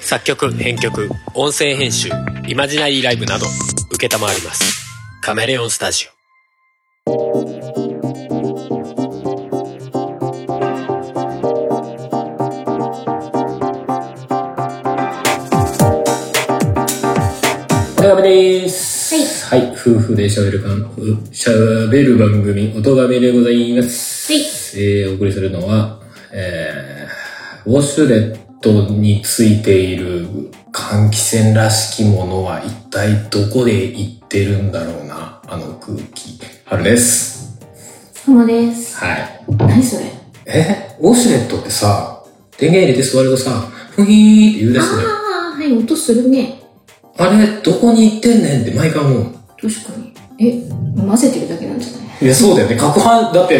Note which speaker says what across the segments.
Speaker 1: 作曲、編曲、音声編集、イマジナリーライブなど、受けたまわります。カメレオンスタジオ。
Speaker 2: おがめです。はい。夫婦で喋る番組、喋る番組、音がめでございます。
Speaker 3: はい
Speaker 2: えー、お送りするのは、えー、ウォシュレットについている換気扇らしきものは一体どこで行ってるんだろうな、あの空気。春です。
Speaker 3: ハモです。
Speaker 2: はい。
Speaker 3: 何それ
Speaker 2: えウォシュレットってさ、電源入れて座るとさ、ふひーって言うで
Speaker 3: あ
Speaker 2: すね。
Speaker 3: あ、はい、音するね。
Speaker 2: あれ、どこに行ってんねんって毎回思う。
Speaker 3: 確かに。え、混ぜてるだけなんじゃない
Speaker 2: いや、そうだ よね。攪拌、だって、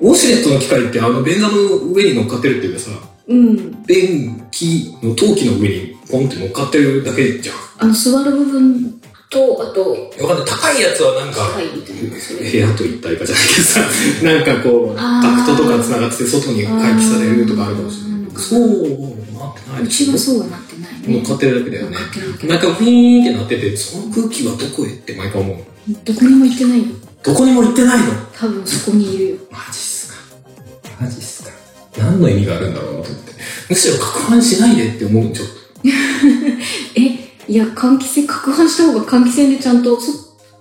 Speaker 2: ウォシュレットの機械ってあの便座の上に乗っかってるっていうかさ、
Speaker 3: うん。
Speaker 2: 便器の陶器の上にポンって乗っかってるだけじゃん。
Speaker 3: あの、座る部分と、あと、
Speaker 2: わかんない。高いやつはなんか、
Speaker 3: 高いみたいなそれ
Speaker 2: 部屋と一体化じゃないけどさ、 なんかこう、
Speaker 3: あ
Speaker 2: ダ
Speaker 3: ー
Speaker 2: クトとか繋がってて外に回帰されるとかあるかもしれない。そう、なってないう
Speaker 3: ちはそうはなってない
Speaker 2: 乗っ。
Speaker 3: ね
Speaker 2: かってるだけだよね
Speaker 3: 乗っかってるだ。け
Speaker 2: なんかウィーンってなってて、その空気はどこへって毎回思う。
Speaker 3: どこにも行ってないよ。
Speaker 2: どこにも行ってないの
Speaker 3: 多分そこにいるよ。
Speaker 2: マジっすかマジっすか何の意味があるんだろうなと思ってむしろ攪拌しないでって思うちょっ
Speaker 3: え、いや、換気扇、攪拌した方が換気扇でちゃんと、そ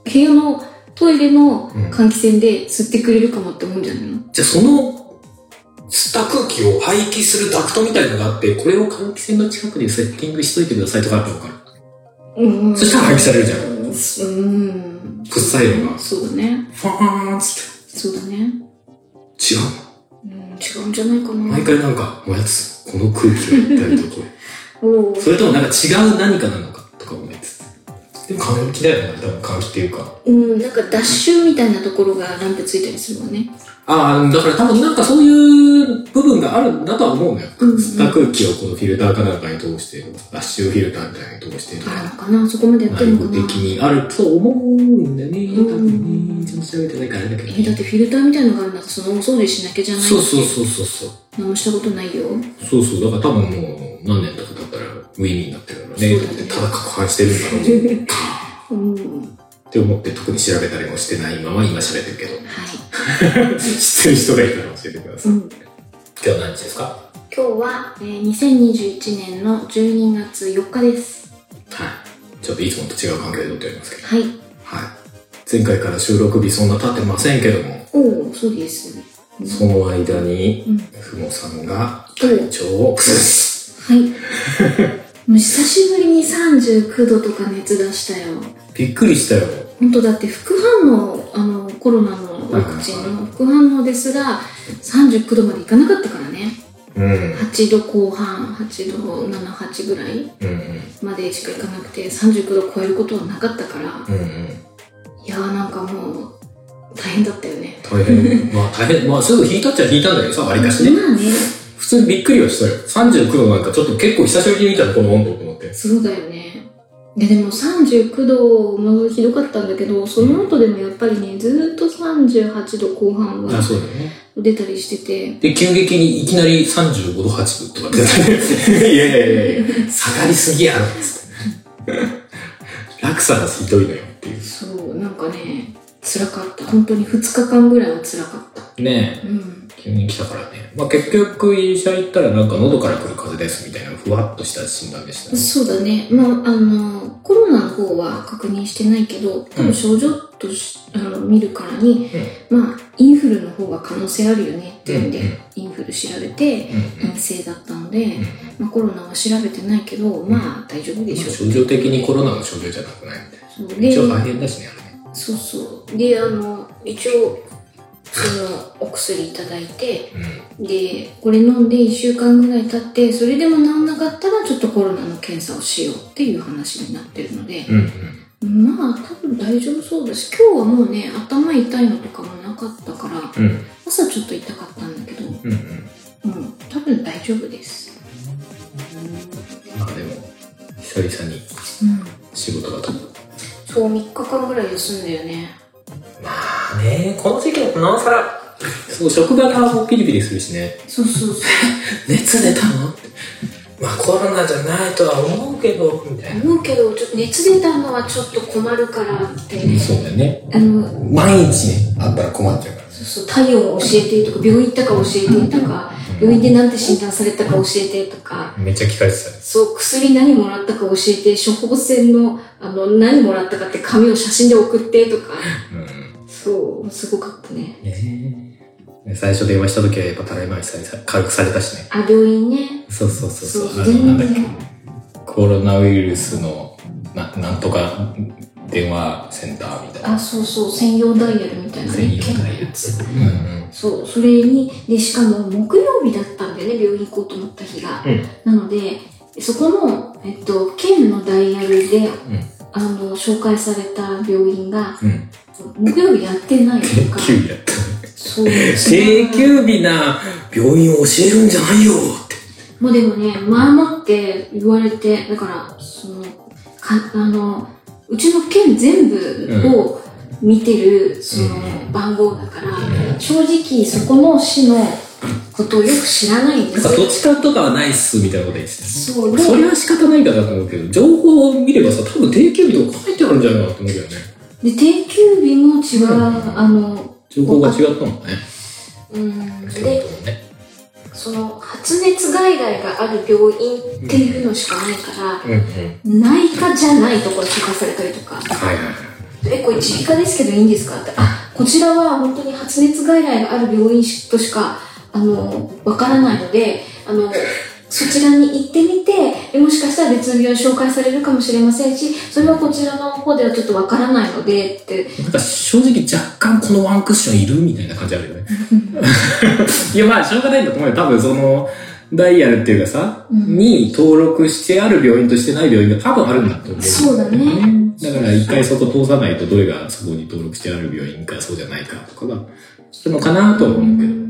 Speaker 3: 部屋のトイレの換気扇で吸ってくれるかもって思うんじゃないの
Speaker 2: とじゃあその吸った空気を排気するダクトみたいなのがあってこれを換気扇の近くにセッティングしといてくださいとかあったのかな
Speaker 3: うん。
Speaker 2: そしたら排気されるじゃん
Speaker 3: うん。
Speaker 2: くっさいのが
Speaker 3: そうだね。
Speaker 2: ファーンっつっ
Speaker 3: そうだね。
Speaker 2: て違う
Speaker 3: うん、違うんじゃないかな。
Speaker 2: 毎回なんかおやつこの空気を一体どこへ
Speaker 3: おお。
Speaker 2: それともなんか違う何かなのかとか思いつつでも換気だよね多分換気っていうか
Speaker 3: うん、なんか脱臭みたいなところがランプついたりするわね。
Speaker 2: ああ、だから多分なんかそういう部分があるんだとは思うのよ。
Speaker 3: うんうん
Speaker 2: 吸った空気をこのフィルターかなんかに通して、ラッシュフィルターみたいなのに通してと
Speaker 3: あるの
Speaker 2: か、
Speaker 3: かなそこまでやって
Speaker 2: 内
Speaker 3: る
Speaker 2: 部
Speaker 3: のか
Speaker 2: 的
Speaker 3: な
Speaker 2: にあると思うんだよね。多
Speaker 3: うん
Speaker 2: 分ね、ちゃんと調べてないからあれだけど
Speaker 3: え、だっ
Speaker 2: ね。
Speaker 3: てフィルターみたいなのがあるんだったらそのお掃除しなきゃじゃない
Speaker 2: そうそうそうそうそう。
Speaker 3: 何もしたことないよ。
Speaker 2: そうそう、だから多分もう何年とか経ったら無意味になってるからね。
Speaker 3: そうだね
Speaker 2: ただ攪拌してるんだろう
Speaker 3: うん。は
Speaker 2: って思って特に調べたりもしてないまま今喋ってるけど、
Speaker 3: い。
Speaker 2: 知ってる人がいたら教えてくださ
Speaker 3: う
Speaker 2: い。
Speaker 3: ん。
Speaker 2: 今日何日ですかは
Speaker 3: 今日は、えー、2021年の12月4日です。
Speaker 2: い。ちょっといつもと違う関係で撮っておりますけど。
Speaker 3: はい。
Speaker 2: はい。前回から収録日そんな経ってませんけども、
Speaker 3: おお、そうです。うん
Speaker 2: その間に、
Speaker 3: うん。
Speaker 2: ふもさんが
Speaker 3: お
Speaker 2: 体調を崩す。
Speaker 3: はい。 もう久しぶりに39度とか熱出したよ。
Speaker 2: びっくりしたよ。
Speaker 3: 本当だって副反応あのコロナのワクチンの副反応ですら39度までいかなかったからね
Speaker 2: うん。
Speaker 3: 8度後半8度78ぐらい
Speaker 2: うんうん。
Speaker 3: までしかいかなくて39度超えることはなかったから
Speaker 2: うんうん。
Speaker 3: いやーなんかもう大変だったよね
Speaker 2: 大 変。まあ大変。まあすぐ引いたっちゃ引いたんだけどさ、わりかしね。
Speaker 3: まあね
Speaker 2: 普通にびっくりはしたよ。39度なんかちょっと結構久しぶりに見たの、この温度と思って。
Speaker 3: そうだよねででも39度もひどかったんだけどその後でもやっぱりねずーっと38度後半
Speaker 2: あ、
Speaker 3: は
Speaker 2: そうだよね。
Speaker 3: 出たりしてて
Speaker 2: で、急激にいきなり35度8分とか出て いやいやいやいや、下がりすぎやろ、つって。 落差がひどいのよっていう。
Speaker 3: そうなんかね辛かった本当に2日間ぐらいは辛かった
Speaker 2: ねえ。
Speaker 3: うん
Speaker 2: 急に来たからね。まあ結局医者行ったらなんか喉から来る風邪ですみたいなふわっとした診断でしたね。
Speaker 3: そうだねまああのコロナの方は確認してないけど多分症状とし、あの見るからに、まあインフルの方が可能性あるよねっていうんで、
Speaker 2: うんうん
Speaker 3: インフル調べて
Speaker 2: うんうん
Speaker 3: 陰性だったので、
Speaker 2: うん
Speaker 3: まあ、コロナは調べてないけどまあ大丈夫でしょう、
Speaker 2: 症状的にコロナの症状じゃなくないみたい
Speaker 3: そう
Speaker 2: な。
Speaker 3: で
Speaker 2: 一応大変だしね、あれね。
Speaker 3: そうそうであの一応そのお薬いただいて、でこれ飲んで1週間ぐらい経ってそれでも治んなかったらちょっとコロナの検査をしようっていう話になってるので
Speaker 2: うん。うん
Speaker 3: まあ多分大丈夫そうだし今日はもうね頭痛いのとかもなかったから
Speaker 2: うん。うん
Speaker 3: 朝ちょっと痛かったんだけどうん
Speaker 2: うんうん。
Speaker 3: 多分大丈夫です
Speaker 2: まあでも、久々に
Speaker 3: うん
Speaker 2: 仕事が飛ぶ。
Speaker 3: そう3日間ぐらい休んだよね
Speaker 2: まあね、この時期もなおさら。そう、職場がもうピリピリするしね。
Speaker 3: そうそうそう
Speaker 2: 熱出たのって。まあコロナじゃないとは思うけど、みたいな。
Speaker 3: 思うけどちょっと熱出たのはちょっと困るからって
Speaker 2: そうだよね。
Speaker 3: あの
Speaker 2: 毎日ね、あったら困っちゃうから。
Speaker 3: そうそう体温を教えてとか病院行ったか教えてとか病院で何て診断されたか教えてとか
Speaker 2: めっちゃ聞かれてたよ。
Speaker 3: そう薬何もらったか教えて処方箋のあの何もらったかって紙を写真で送ってとか
Speaker 2: うん。
Speaker 3: そうすごかったね
Speaker 2: ねえ最初電話した時はやっぱたらいまきさんに軽くされたしね。
Speaker 3: あ病院ね
Speaker 2: そうそうそうそう。
Speaker 3: そう
Speaker 2: あの、なんだっ
Speaker 3: 全
Speaker 2: け。コロナウイルスの、な、なんとか電話センターみたい
Speaker 3: あ
Speaker 2: な。
Speaker 3: そうそう専用ダイヤルみたいな
Speaker 2: 専用
Speaker 3: ね
Speaker 2: なやつ。うんうん。
Speaker 3: そうそれにでしかも木曜日だったんだよね病院行こうと思った日が、
Speaker 2: うん
Speaker 3: なのでそこの、えっと、県のダイヤルで、
Speaker 2: ん
Speaker 3: あの紹介された病院が
Speaker 2: うん。
Speaker 3: 木曜日やってないと か
Speaker 2: 定休日だった。
Speaker 3: そう
Speaker 2: 定休日な病院を教えるんじゃないよって。
Speaker 3: もうでもね前もって言われてだからそのかあのうちの県全部を見てる、その番号だから、正直そこの市のことをよく知らないんで
Speaker 2: なんか
Speaker 3: す
Speaker 2: 土地勘とかはないっすみたいなこと言ってた。
Speaker 3: そうで
Speaker 2: それは仕方ないかなと思うけど、情報を見ればさ、多分定休日とか書いてあるんじゃないかなと思うけどね。
Speaker 3: で定休日も違う、
Speaker 2: うん
Speaker 3: あの
Speaker 2: 情報が違ったもんね。
Speaker 3: うん
Speaker 2: そういう
Speaker 3: で
Speaker 2: ことね。
Speaker 3: その発熱外来がある病院っていうのしかないから、
Speaker 2: うんうん。
Speaker 3: 内科じゃないところに聞かされたりとか
Speaker 2: はいはいはい。
Speaker 3: えこれ耳鼻科ですけどいいんですかってあこちらは本当に発熱外来がある病院としかあのわからないのであのそちらに行ってみてもしかしたら別の病院紹介されるかもしれませんしそれはこちらの方ではちょっとわからないのでって
Speaker 2: なんか正直若干このワンクッションいるみたいな感じあるよね。 いやまあしょうがないんだと思うよ。多分そのダイヤルっていうかさ、
Speaker 3: うん
Speaker 2: に登録してある病院としてない病院が多分あるんだと思う。
Speaker 3: そうだね
Speaker 2: だから一回そこ通さないとどれがそこに登録してある病院かそうじゃないかとかがするのかなとは思うけど。
Speaker 3: うん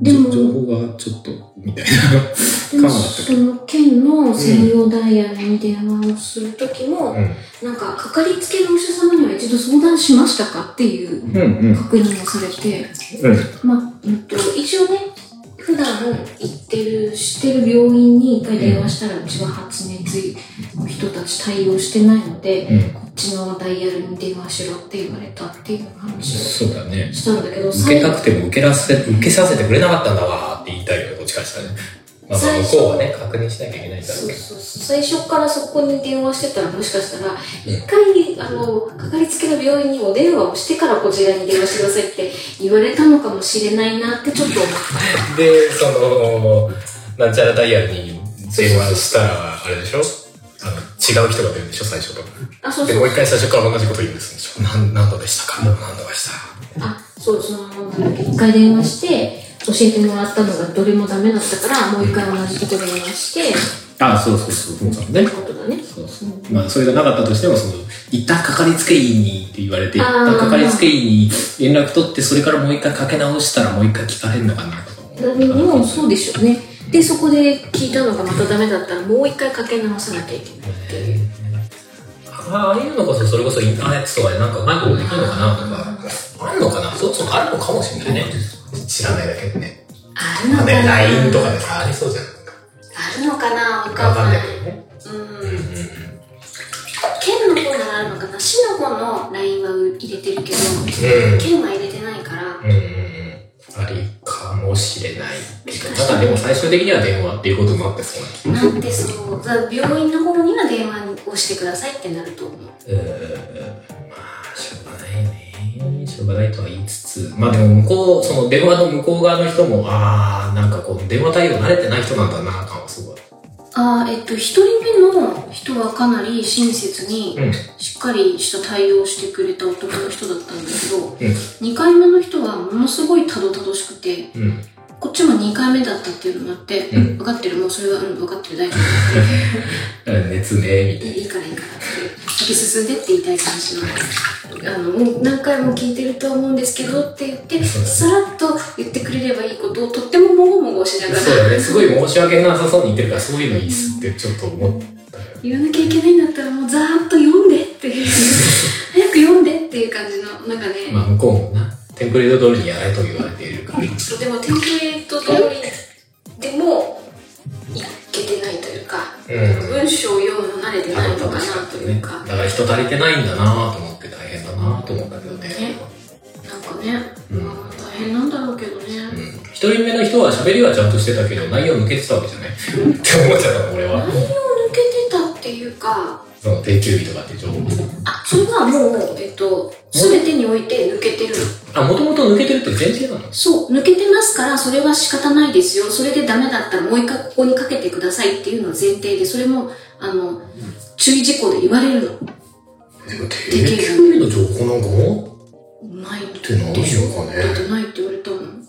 Speaker 2: で
Speaker 3: で
Speaker 2: も
Speaker 3: も
Speaker 2: 情報がちょっとみたい
Speaker 3: で
Speaker 2: な
Speaker 3: も
Speaker 2: 感はあった
Speaker 3: そ
Speaker 2: けど。
Speaker 3: の県の専用ダイヤルに電話をするときも、なんかかかりつけのお医者様には一度相談しましたかっていう
Speaker 2: うんうん
Speaker 3: 確認をされて、
Speaker 2: うん
Speaker 3: まあうんと、一応ね普段行ってる知ってる病院に一回電話したらうちは発熱の人たち対応してないので、
Speaker 2: うん
Speaker 3: こっちのダイヤルに電話しろって言われたっていう話を
Speaker 2: そうだね。
Speaker 3: したんだけど
Speaker 2: 受けたくても受けらせ受けさせてくれなかったんだわーって言いたいよね、こっちからしたらね。まあ、まあ
Speaker 3: 最
Speaker 2: 向
Speaker 3: 初
Speaker 2: こうはね、確認しなきゃいけないんだろう
Speaker 3: そう
Speaker 2: けど。
Speaker 3: そうそう最初からそこに電話してたらもしかしたら一回あのかかりつけの病院にお電話をしてからこちらに電話してくださいって言われたのかもしれないなってちょっと思った
Speaker 2: で、その、なんちゃらダイヤルに電話したら、あれでしょあの違う人が出るんでしょ、最初と。
Speaker 3: あそう
Speaker 2: で、
Speaker 3: そ
Speaker 2: もう
Speaker 3: う
Speaker 2: 一回最初から同じこと言うんですでしょ。なん何度でしたか何度でした
Speaker 3: あそうそのなんだっけ一回電話して教えてもらったのがどれもダメだったからもう一回同じとこ電話してっ
Speaker 2: ああ、そうそうそう、そうだね
Speaker 3: て。ことだね
Speaker 2: そうそうまあ、それがなかったとしても、その、一旦かかりつけ医にって言われて、一旦かかりつけ医に連絡取って、それからもう一回かけ直したら、もう一回聞かれるのかなとか思
Speaker 3: でもそうでしょうねでそこで聞いたのがまたダメだったらもう一回かけ直さなきゃいけないっていう
Speaker 2: ああいうのこそそれこそインターネットとかでなんかうまいことできるのかなとかあるのかなそもそもあるのかもしれないね知らないだけでね
Speaker 3: あるの
Speaker 2: まあ
Speaker 3: か
Speaker 2: ね
Speaker 3: な
Speaker 2: LINE とかでさありそうじゃん
Speaker 3: あるのかなわ
Speaker 2: わかんないけど
Speaker 3: う
Speaker 2: ね
Speaker 3: ん県の方ならあるのかな市の方の LINE は入れてるけど県は入れてないから
Speaker 2: うんうんうんありかもしれないけどただでも最終的には電話っていうことになってそうな気
Speaker 3: なんでそのだ病院の方には電話をしてくださいってなると思う
Speaker 2: うーんまあしょうがないねしょうがないとは言いつつまあでも向こうその電話の向こう側の人もああなんかこう電話対応慣れてない人なんだな感はすごい
Speaker 3: あーえっと1人目の人はかなり親切に
Speaker 2: うん
Speaker 3: しっかりした対応をしてくれた男の人だったんだけ
Speaker 2: う
Speaker 3: ど
Speaker 2: ん
Speaker 3: 2回目の人はものすごいたどたどしくて
Speaker 2: うん
Speaker 3: こっちも2回目だったっていうのもあって、
Speaker 2: うん
Speaker 3: 分かってるもうそれはうん分かってる大丈夫
Speaker 2: 熱ねみたい
Speaker 3: いいからいいからって先進んでって言いたい感じのあのもう何回も聞いてると思うんですけどって言ってさらっと言ってくれればいいことをとってももごもごしなが
Speaker 2: な
Speaker 3: ら
Speaker 2: そうだねすごい申し訳なさそうに言ってるからそういうのいいっすってちょっと思ったよ
Speaker 3: 言わなきゃいけないんだったらもうざーっと読んでっていう早く読んでっていう感じのなんかね、
Speaker 2: まあ向こうもなテンプレート通りにやれと言われているから
Speaker 3: でもテンプレート通りでもいけてないという
Speaker 2: うん
Speaker 3: 文章を読むの慣れてないのかなというか、
Speaker 2: だから人足りてないんだなと思って大変だなと思ったけどね。
Speaker 3: ねなんかね、
Speaker 2: うん
Speaker 3: まあ大変なんだろうけどね、
Speaker 2: うん一人目の人は喋りはちゃんとしてたけど内容抜けてたわけじゃないって思っちゃったの俺は
Speaker 3: 内容抜けてたっていうか、
Speaker 2: その定休日とかって情報
Speaker 3: あ、それはもう、えっと、すべてにおいて抜けてるの。
Speaker 2: あもともと抜けてるって前提なの
Speaker 3: そう、抜けてますから、それは仕方ないですよ。それでダメだったらもう一回ここにかけてくださいっていうのは前提で、それも、あの、注意事項で言われるの。
Speaker 2: でも定休
Speaker 3: 定休
Speaker 2: 日の情報なんかも
Speaker 3: ないっ
Speaker 2: ってない
Speaker 3: でしょ。
Speaker 2: のかね
Speaker 3: だってないって言われたもん。うん
Speaker 2: ね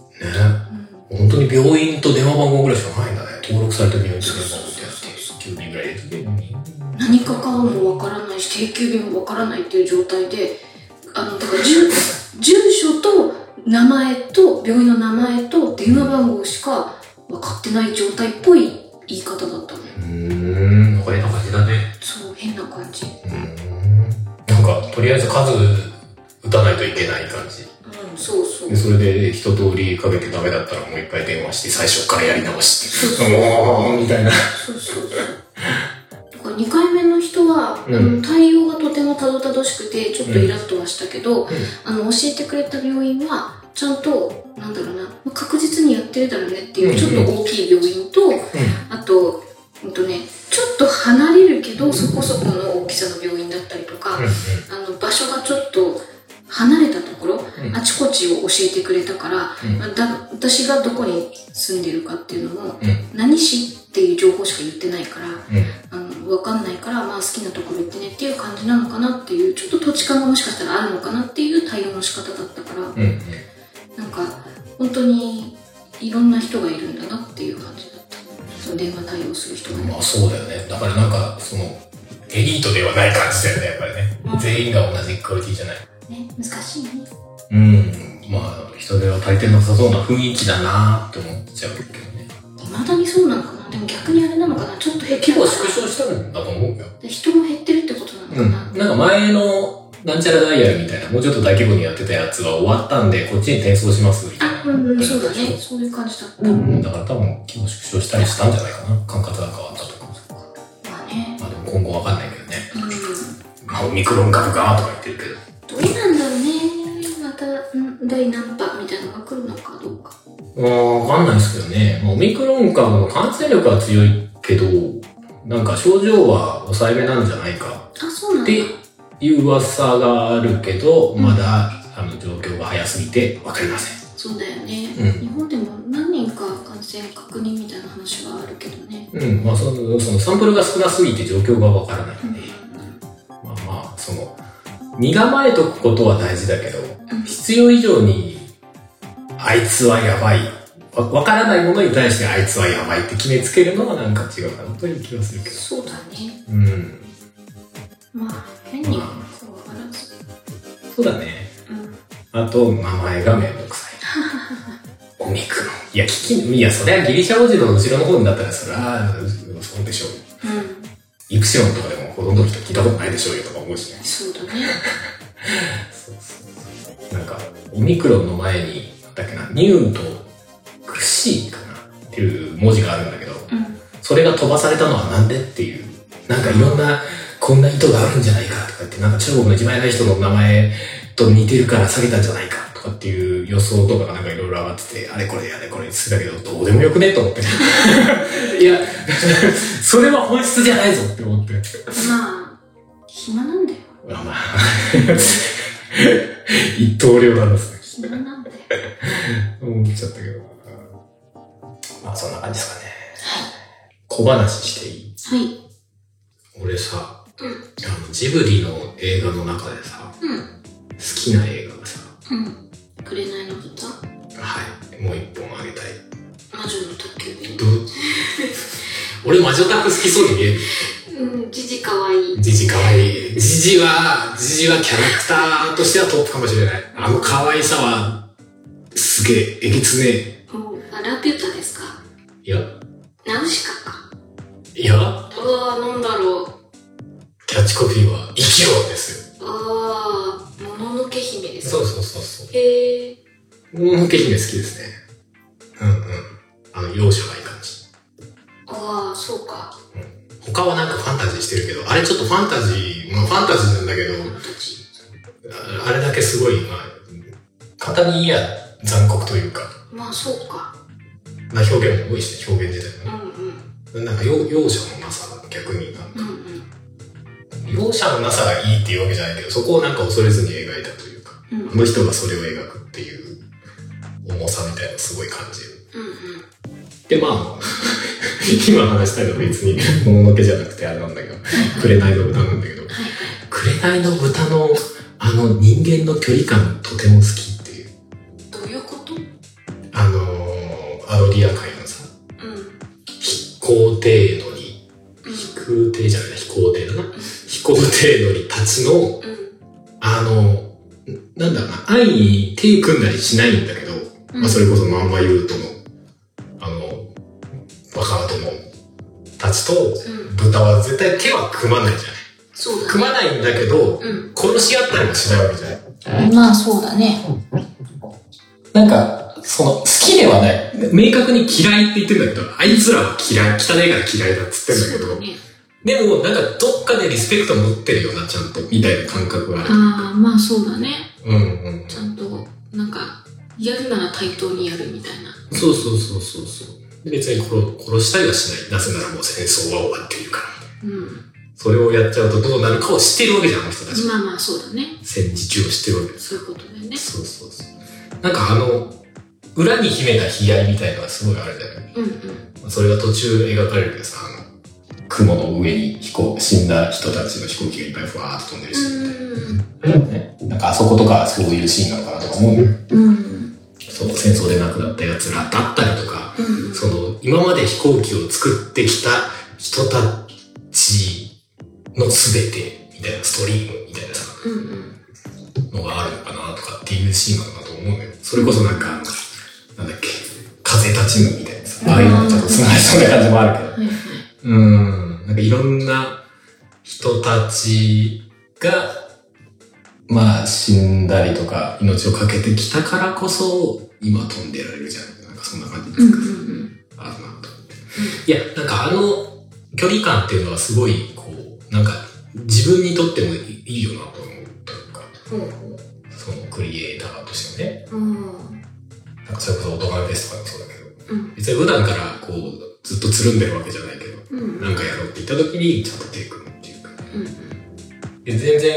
Speaker 2: 本当に病院と電話番号ぐらいしかないんだね登録された病院と電話番号ってやって9人ぐらいですね
Speaker 3: 何かかもわからないし、定休日もわからないっていう状態で、あの、だから住、住所と名前と、病院の名前と電話番号しか分かってない状態っぽい言い方だったのよ。
Speaker 2: うーんなんか変な感じだね
Speaker 3: そう、変な感じ。
Speaker 2: うーんなんかとりあえず数打たないといけない感じ
Speaker 3: うん、そうそう
Speaker 2: で。それで一通りかけてダメだったらもう一回電話して最初からやり直してもうみたいな
Speaker 3: そうそうそう。だから2回目の人は、
Speaker 2: うん
Speaker 3: 対応がとてもたどたどしくてちょっとイラッとはしたけど、あの教えてくれた病院はちゃんとなんだろうなまあ確実にやってるだろうねって
Speaker 2: うん
Speaker 3: いうちょっと大きい病院と、あと、うんとね、ちょっと離れるけどそこそこの大きさの病院だったりとか、あの場所がちょっと離れたところ、
Speaker 2: ん
Speaker 3: あちこちを教えてくれたから、
Speaker 2: うん
Speaker 3: まあだ私がどこに住んでるかっていうのも、
Speaker 2: うん
Speaker 3: 何市っていう情報しか言ってないから
Speaker 2: うん
Speaker 3: あの分かんないから、まあ、好きなところ行ってねっていう感じなのかなっていうちょっと土地勘がもしかしたらあるのかなっていう対応の仕方だったから、
Speaker 2: うんうん
Speaker 3: なんか本当にいろんな人がいるんだなっていう感じだったその電話対応する人がね、
Speaker 2: まあそうだよねだからなんかそのエリートではない感じだよねやっぱりね全員が同じクオリティじゃない
Speaker 3: ね難しいね
Speaker 2: うんまあ人手は足りてなさそうな雰囲気だなって思っちゃうけどね
Speaker 3: いまだにそうなのかなでも逆にあれなのかなちょっと減って
Speaker 2: 規
Speaker 3: る
Speaker 2: 模
Speaker 3: の
Speaker 2: は
Speaker 3: か
Speaker 2: 縮小したんだと思うよ
Speaker 3: なで人も減ってるってことなのか
Speaker 2: うんな
Speaker 3: な、
Speaker 2: んか前のなんちゃらダイヤルみたいなもうちょっと大規模にやってたやつは終わったんでこっちに転送しますみたいな
Speaker 3: あうんうんそうだねそういう感じだっ
Speaker 2: う
Speaker 3: た、
Speaker 2: ん、だから多分規模縮小したりしたんじゃないかな管轄が変わったとか
Speaker 3: まあね
Speaker 2: まあでも今後わかんないけどね
Speaker 3: うん
Speaker 2: まあオミクロン株がとか言ってるけど
Speaker 3: どうなんだろうねまたん第何波みたいなのが来るのかどうか
Speaker 2: わかんないですけどね、まあ、オミクロン株の感染力は強いけどなんか症状は抑えめなんじゃないか
Speaker 3: あそうなん
Speaker 2: っ
Speaker 3: だ
Speaker 2: ていう噂があるけどまだあの状況が早すぎてわかりません
Speaker 3: そうだよね、
Speaker 2: うん
Speaker 3: 日本でも何人か感染確認みたいな話はあるけどね
Speaker 2: うんまあそのそのサンプルが少なすぎて状況がわからない
Speaker 3: うん
Speaker 2: んで、まあまあその身構えとくことは大事だけど必要以上にあいつはやばいわわからないものに対してあいつはやばいって決めつけるのはなんか違うかなという気がするけど
Speaker 3: そうだね
Speaker 2: うん
Speaker 3: まあ変には怖がらず、
Speaker 2: そうだね
Speaker 3: うん、
Speaker 2: あと名前がめんどくさい オミクロンいや聞きいやそりゃギリシャ文字の後ろの方になったらそりゃそうでしょうイプシロンとかでもほとんどの人聞いたことないでしょうよとか思うしね
Speaker 3: そうだね
Speaker 2: そうそうそうなんかオミクロンの前になんだっけなニューとクシーかなっていう文字があるんだけど
Speaker 3: うん
Speaker 2: それが飛ばされたのはなんでっていうなんかいろんなこんな意図があるんじゃないかとか言ってなんか中国の一番偉い人の名前と似てるから下げたんじゃないかとかっていう予想とかがなんかいろいろ上がっててあれこれあれこれするだけどどうでもよくねと思って いや それは本質じゃないぞって思って
Speaker 3: まあ暇なんだよ
Speaker 2: まあまあ一刀両断ですね
Speaker 3: 暇なんだよ
Speaker 2: 思っちゃったけど。まあそんな感じですかね。小話していい
Speaker 3: はい
Speaker 2: 俺さ、
Speaker 3: うん
Speaker 2: あのジブリの映画の中でさ、好
Speaker 3: うん
Speaker 2: きな映画がさ、
Speaker 3: うん紅の豚
Speaker 2: はい、もう一本あげたい。
Speaker 3: 魔女の宅急便
Speaker 2: どう 俺魔女宅好きそうに見える。
Speaker 3: うんじじかわいい
Speaker 2: ジジ可愛い。ジジは、ジジはキャラクターとしてはトップかもしれない。あの可愛さは、すげえ、えげつねえ。
Speaker 3: うんあラピュタですか
Speaker 2: いや、
Speaker 3: ナウシカか
Speaker 2: いや、
Speaker 3: うわーなんだろう
Speaker 2: キャッチコピーは、生きようですよ。
Speaker 3: ああもののけ姫ですか
Speaker 2: そうそうそうそう。
Speaker 3: へえ
Speaker 2: ものけ姫好きですね。うんうん。あの、容赦ない感じ。
Speaker 3: ああそうか
Speaker 2: うん。他はなんかファンタジーしてるけど、あれちょっとファンタジー、まあファンタジーなんだけど、ああれだけすごい、まあ、型にいや残酷というか、
Speaker 3: まあそうか
Speaker 2: な表現も多いし、表現自体
Speaker 3: うん
Speaker 2: も
Speaker 3: うん
Speaker 2: ね。なんか容容赦のなさ、逆になんか。
Speaker 3: うんうん
Speaker 2: 容赦のなさがいいっていうわけじゃないけど、そこをなんか恐れずに描いたというか、
Speaker 3: うんうん
Speaker 2: あの人がそれを描くっていう重さみたいなのすごい感じる。で、まあ、 今話したいのは別に、もののけじゃなくてあれなんだけど、紅の豚なんだけど、紅の豚の、あの人間の距離感とても好きっていう、
Speaker 3: うんどういうことうん
Speaker 2: あのー、アロリア界のさ、飛行艇のり、飛空艇じゃないな、飛行艇だな、飛行艇のりたちの、
Speaker 3: う
Speaker 2: あのー、なんだろうな、愛に手組んだりしないんだけど、
Speaker 3: ん
Speaker 2: まあ、それこそまんま言うとの、あの、バカ殿たちと、
Speaker 3: うん
Speaker 2: 豚は絶対手は組まないじゃない。
Speaker 3: そうだ
Speaker 2: 組まないんだけど、
Speaker 3: う
Speaker 2: 殺し合ったりもしないわけじゃない。
Speaker 3: んまあそうだね
Speaker 2: なんか、その、好きではない。明確に嫌いって言ってんだけど、あいつらは嫌い、汚いから嫌いだっつってんだけ
Speaker 3: そ
Speaker 2: ど
Speaker 3: うだ、ね
Speaker 2: でも、なんかどっかでリスペクト持ってるよな、ちゃんと、みたいな感覚がある。
Speaker 3: ああまあそうだね
Speaker 2: うんうん。
Speaker 3: ちゃんとなんかやるなら対等にやるみたいな
Speaker 2: そうそうそうそうそう。別に殺殺したりはしない。なぜならもう戦争は終わっているから。
Speaker 3: うん
Speaker 2: それをやっちゃうとどうなるかを知ってるわけじゃん、あの人たち。
Speaker 3: まあまあそうだね
Speaker 2: 戦時中を知ってるわけです
Speaker 3: そういうことだよね
Speaker 2: そうそうそう。なんかあの、裏に秘めた悲哀みたいなのがすごいあれだよね。
Speaker 3: うんうん
Speaker 2: それが途中描かれるけどさ、あの、雲の上に飛行、死んだ人たちの飛行機がいっぱいふわーっと飛んでるし、ね、なんかあそことかそういうシーンなのかなとか思うね。
Speaker 3: うんうん
Speaker 2: その戦争で亡くなった奴らだったりとか、
Speaker 3: うん
Speaker 2: その、今まで飛行機を作ってきた人たちの全て、みたいな、ストリームみたいなさ、
Speaker 3: うんうん
Speaker 2: のがあるのかなとかっていうシーンなのかと思うのよ。それこそなんか、なんだっけ、風立ちぬみたいなさ、ああいうのちょっと繋がりそうな感じもあるけど。
Speaker 3: はいはいう
Speaker 2: ーん、なんかいろんな人たちが、まあ死んだりとか命を懸けてきたからこそ、今飛んでられるじゃん。なんかそんな感じで
Speaker 3: うん
Speaker 2: す
Speaker 3: う
Speaker 2: か、
Speaker 3: んうん
Speaker 2: あるなと思って。いや、なんかあの距離感っていうのはすごい、こう、なんか自分にとってもいいよなと思うというか。
Speaker 3: ほうほ
Speaker 2: そのクリエイターとしてもね、
Speaker 3: ううん
Speaker 2: なんかそれこそ音楽フェスとかもそうだけど、
Speaker 3: うん
Speaker 2: 別に普段からこう、ずっとつるんでるわけじゃないけど、
Speaker 3: うんうん
Speaker 2: なんかやろうって言った時にちゃんと手組むっていうか、
Speaker 3: うん
Speaker 2: で全然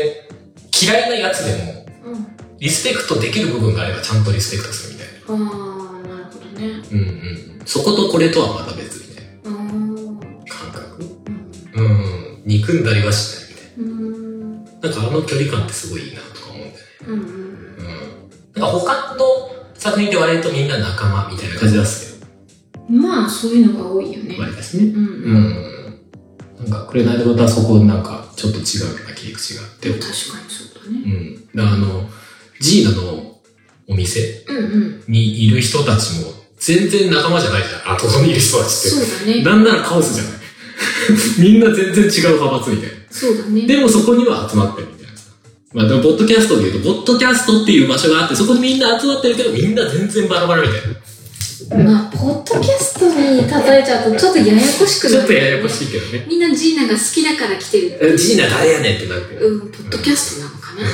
Speaker 2: 嫌いなやつでも、
Speaker 3: うん
Speaker 2: リスペクトできる部分があればちゃんとリスペクトするみたいな。
Speaker 3: ああなるほどね
Speaker 2: うんうん。そことこれとはまた別みたいな
Speaker 3: ああうん
Speaker 2: 感覚。うん。憎んだりはしないみたい
Speaker 3: うん
Speaker 2: な。なんかあの距離感ってすごいいいなとか思うんだよね。
Speaker 3: うん
Speaker 2: うん。なんか他の作品って割とみんな仲間みたいな感じ出すけ
Speaker 3: うんまあそういうのが多いよね
Speaker 2: ど、割とですね。
Speaker 3: うん
Speaker 2: う
Speaker 3: うん
Speaker 2: ん。なんか、紅の豚はそこなんか、ちょっと違うような切り口があって。
Speaker 3: 確かにそうだ
Speaker 2: う
Speaker 3: ね
Speaker 2: ん。だからあの、ジーナのお店
Speaker 3: うんうん
Speaker 2: にいる人たちも、全然仲間じゃないじゃん。あ、ここにいる人たち
Speaker 3: そうだ
Speaker 2: って。
Speaker 3: ね
Speaker 2: なんならカオスじゃない。 みんな全然違う派閥みたいな。
Speaker 3: そうだね
Speaker 2: でもそこには集まってるみたいなさ。まあでも、ポッドキャストで言うと、ポッドキャストっていう場所があって、そこにみんな集まってるけど、みんな全然バラバラみたいな。
Speaker 3: まあポッドキャストに例えちゃうとちょっとややこしくなる
Speaker 2: ちょっとややこしいけどね。
Speaker 3: みんなジーナが好きだから来てる
Speaker 2: えジーナ誰やねんってなって。
Speaker 3: うんポッドキャストなのかな